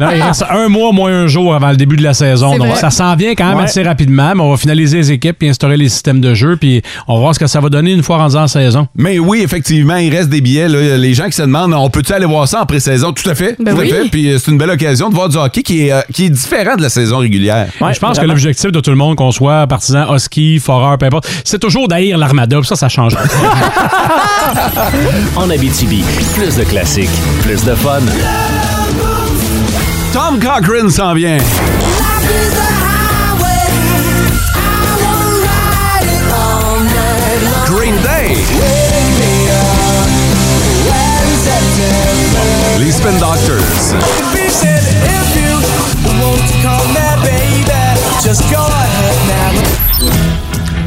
Speaker 5: Non, il reste un mois, moins un jour avant le début de la saison.
Speaker 2: C'est
Speaker 5: Donc,
Speaker 2: vrai.
Speaker 5: ça s'en vient quand même
Speaker 2: Ouais.
Speaker 5: assez rapidement, mais on va finaliser les équipes puis instaurer les systèmes de jeu, puis on va voir ce que ça va donner une fois rendu en saison.
Speaker 2: Mais oui, effectivement, il reste des billets. là. Les gens qui se demandent, on peut-tu aller voir ça en pré-saison? Tout à fait.
Speaker 5: Ben
Speaker 2: tout à
Speaker 5: oui.
Speaker 2: fait. Puis euh, c'est une belle occasion de voir du hockey qui est, euh, qui est différent de la saison régulière.
Speaker 5: je pense que l'objectif de tout le monde, qu'on soit partisan, husky, foreur, peu importe, c'est toujours d'haïr l'armada, puis ça, ça change pas.
Speaker 3: En Abitibi, plus de classiques, plus de fun.
Speaker 2: Tom Cochran s'en vient. Green Day. Les Spin Doctors.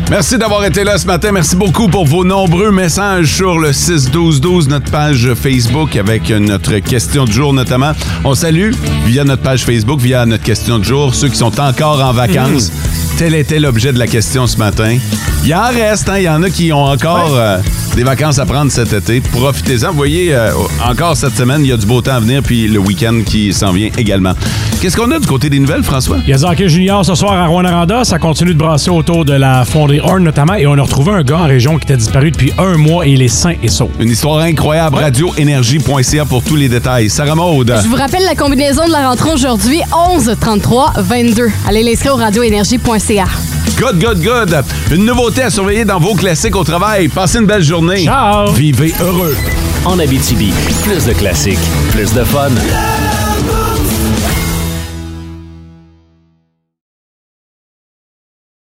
Speaker 2: Merci d'avoir été là ce matin. Merci beaucoup pour vos nombreux messages sur le 6-12-12, notre page Facebook avec notre question du jour notamment. On salue via notre page Facebook, via notre question du jour, ceux qui sont encore en vacances. Tel était l'objet de la question ce matin. Il en reste, hein? il y en a qui ont encore euh, des vacances à prendre cet été. Profitez-en. Vous voyez, euh, encore cette semaine, il y a du beau temps à venir, puis le week-end qui s'en vient également. Qu'est-ce qu'on a du côté des nouvelles, François?
Speaker 5: Il y a du hockey junior ce soir à Rouen-Aranda. Ça continue de brasser autour de la fondée Horn notamment. Et on a retrouvé un gars en région qui était disparu depuis un mois et il est sain et sauf.
Speaker 2: Une histoire incroyable. Radioénergie.ca pour tous les détails. Sarah Maude.
Speaker 4: Je vous rappelle la combinaison de la rentrée aujourd'hui, 11 33 22. Allez l'inscrire au radioénergie.ca.
Speaker 2: Good, good, good. Une nouveauté à surveiller dans vos classiques au travail. Passez une belle journée. Ciao. Vivez heureux.
Speaker 3: En Abitibi, plus de classiques, plus de fun.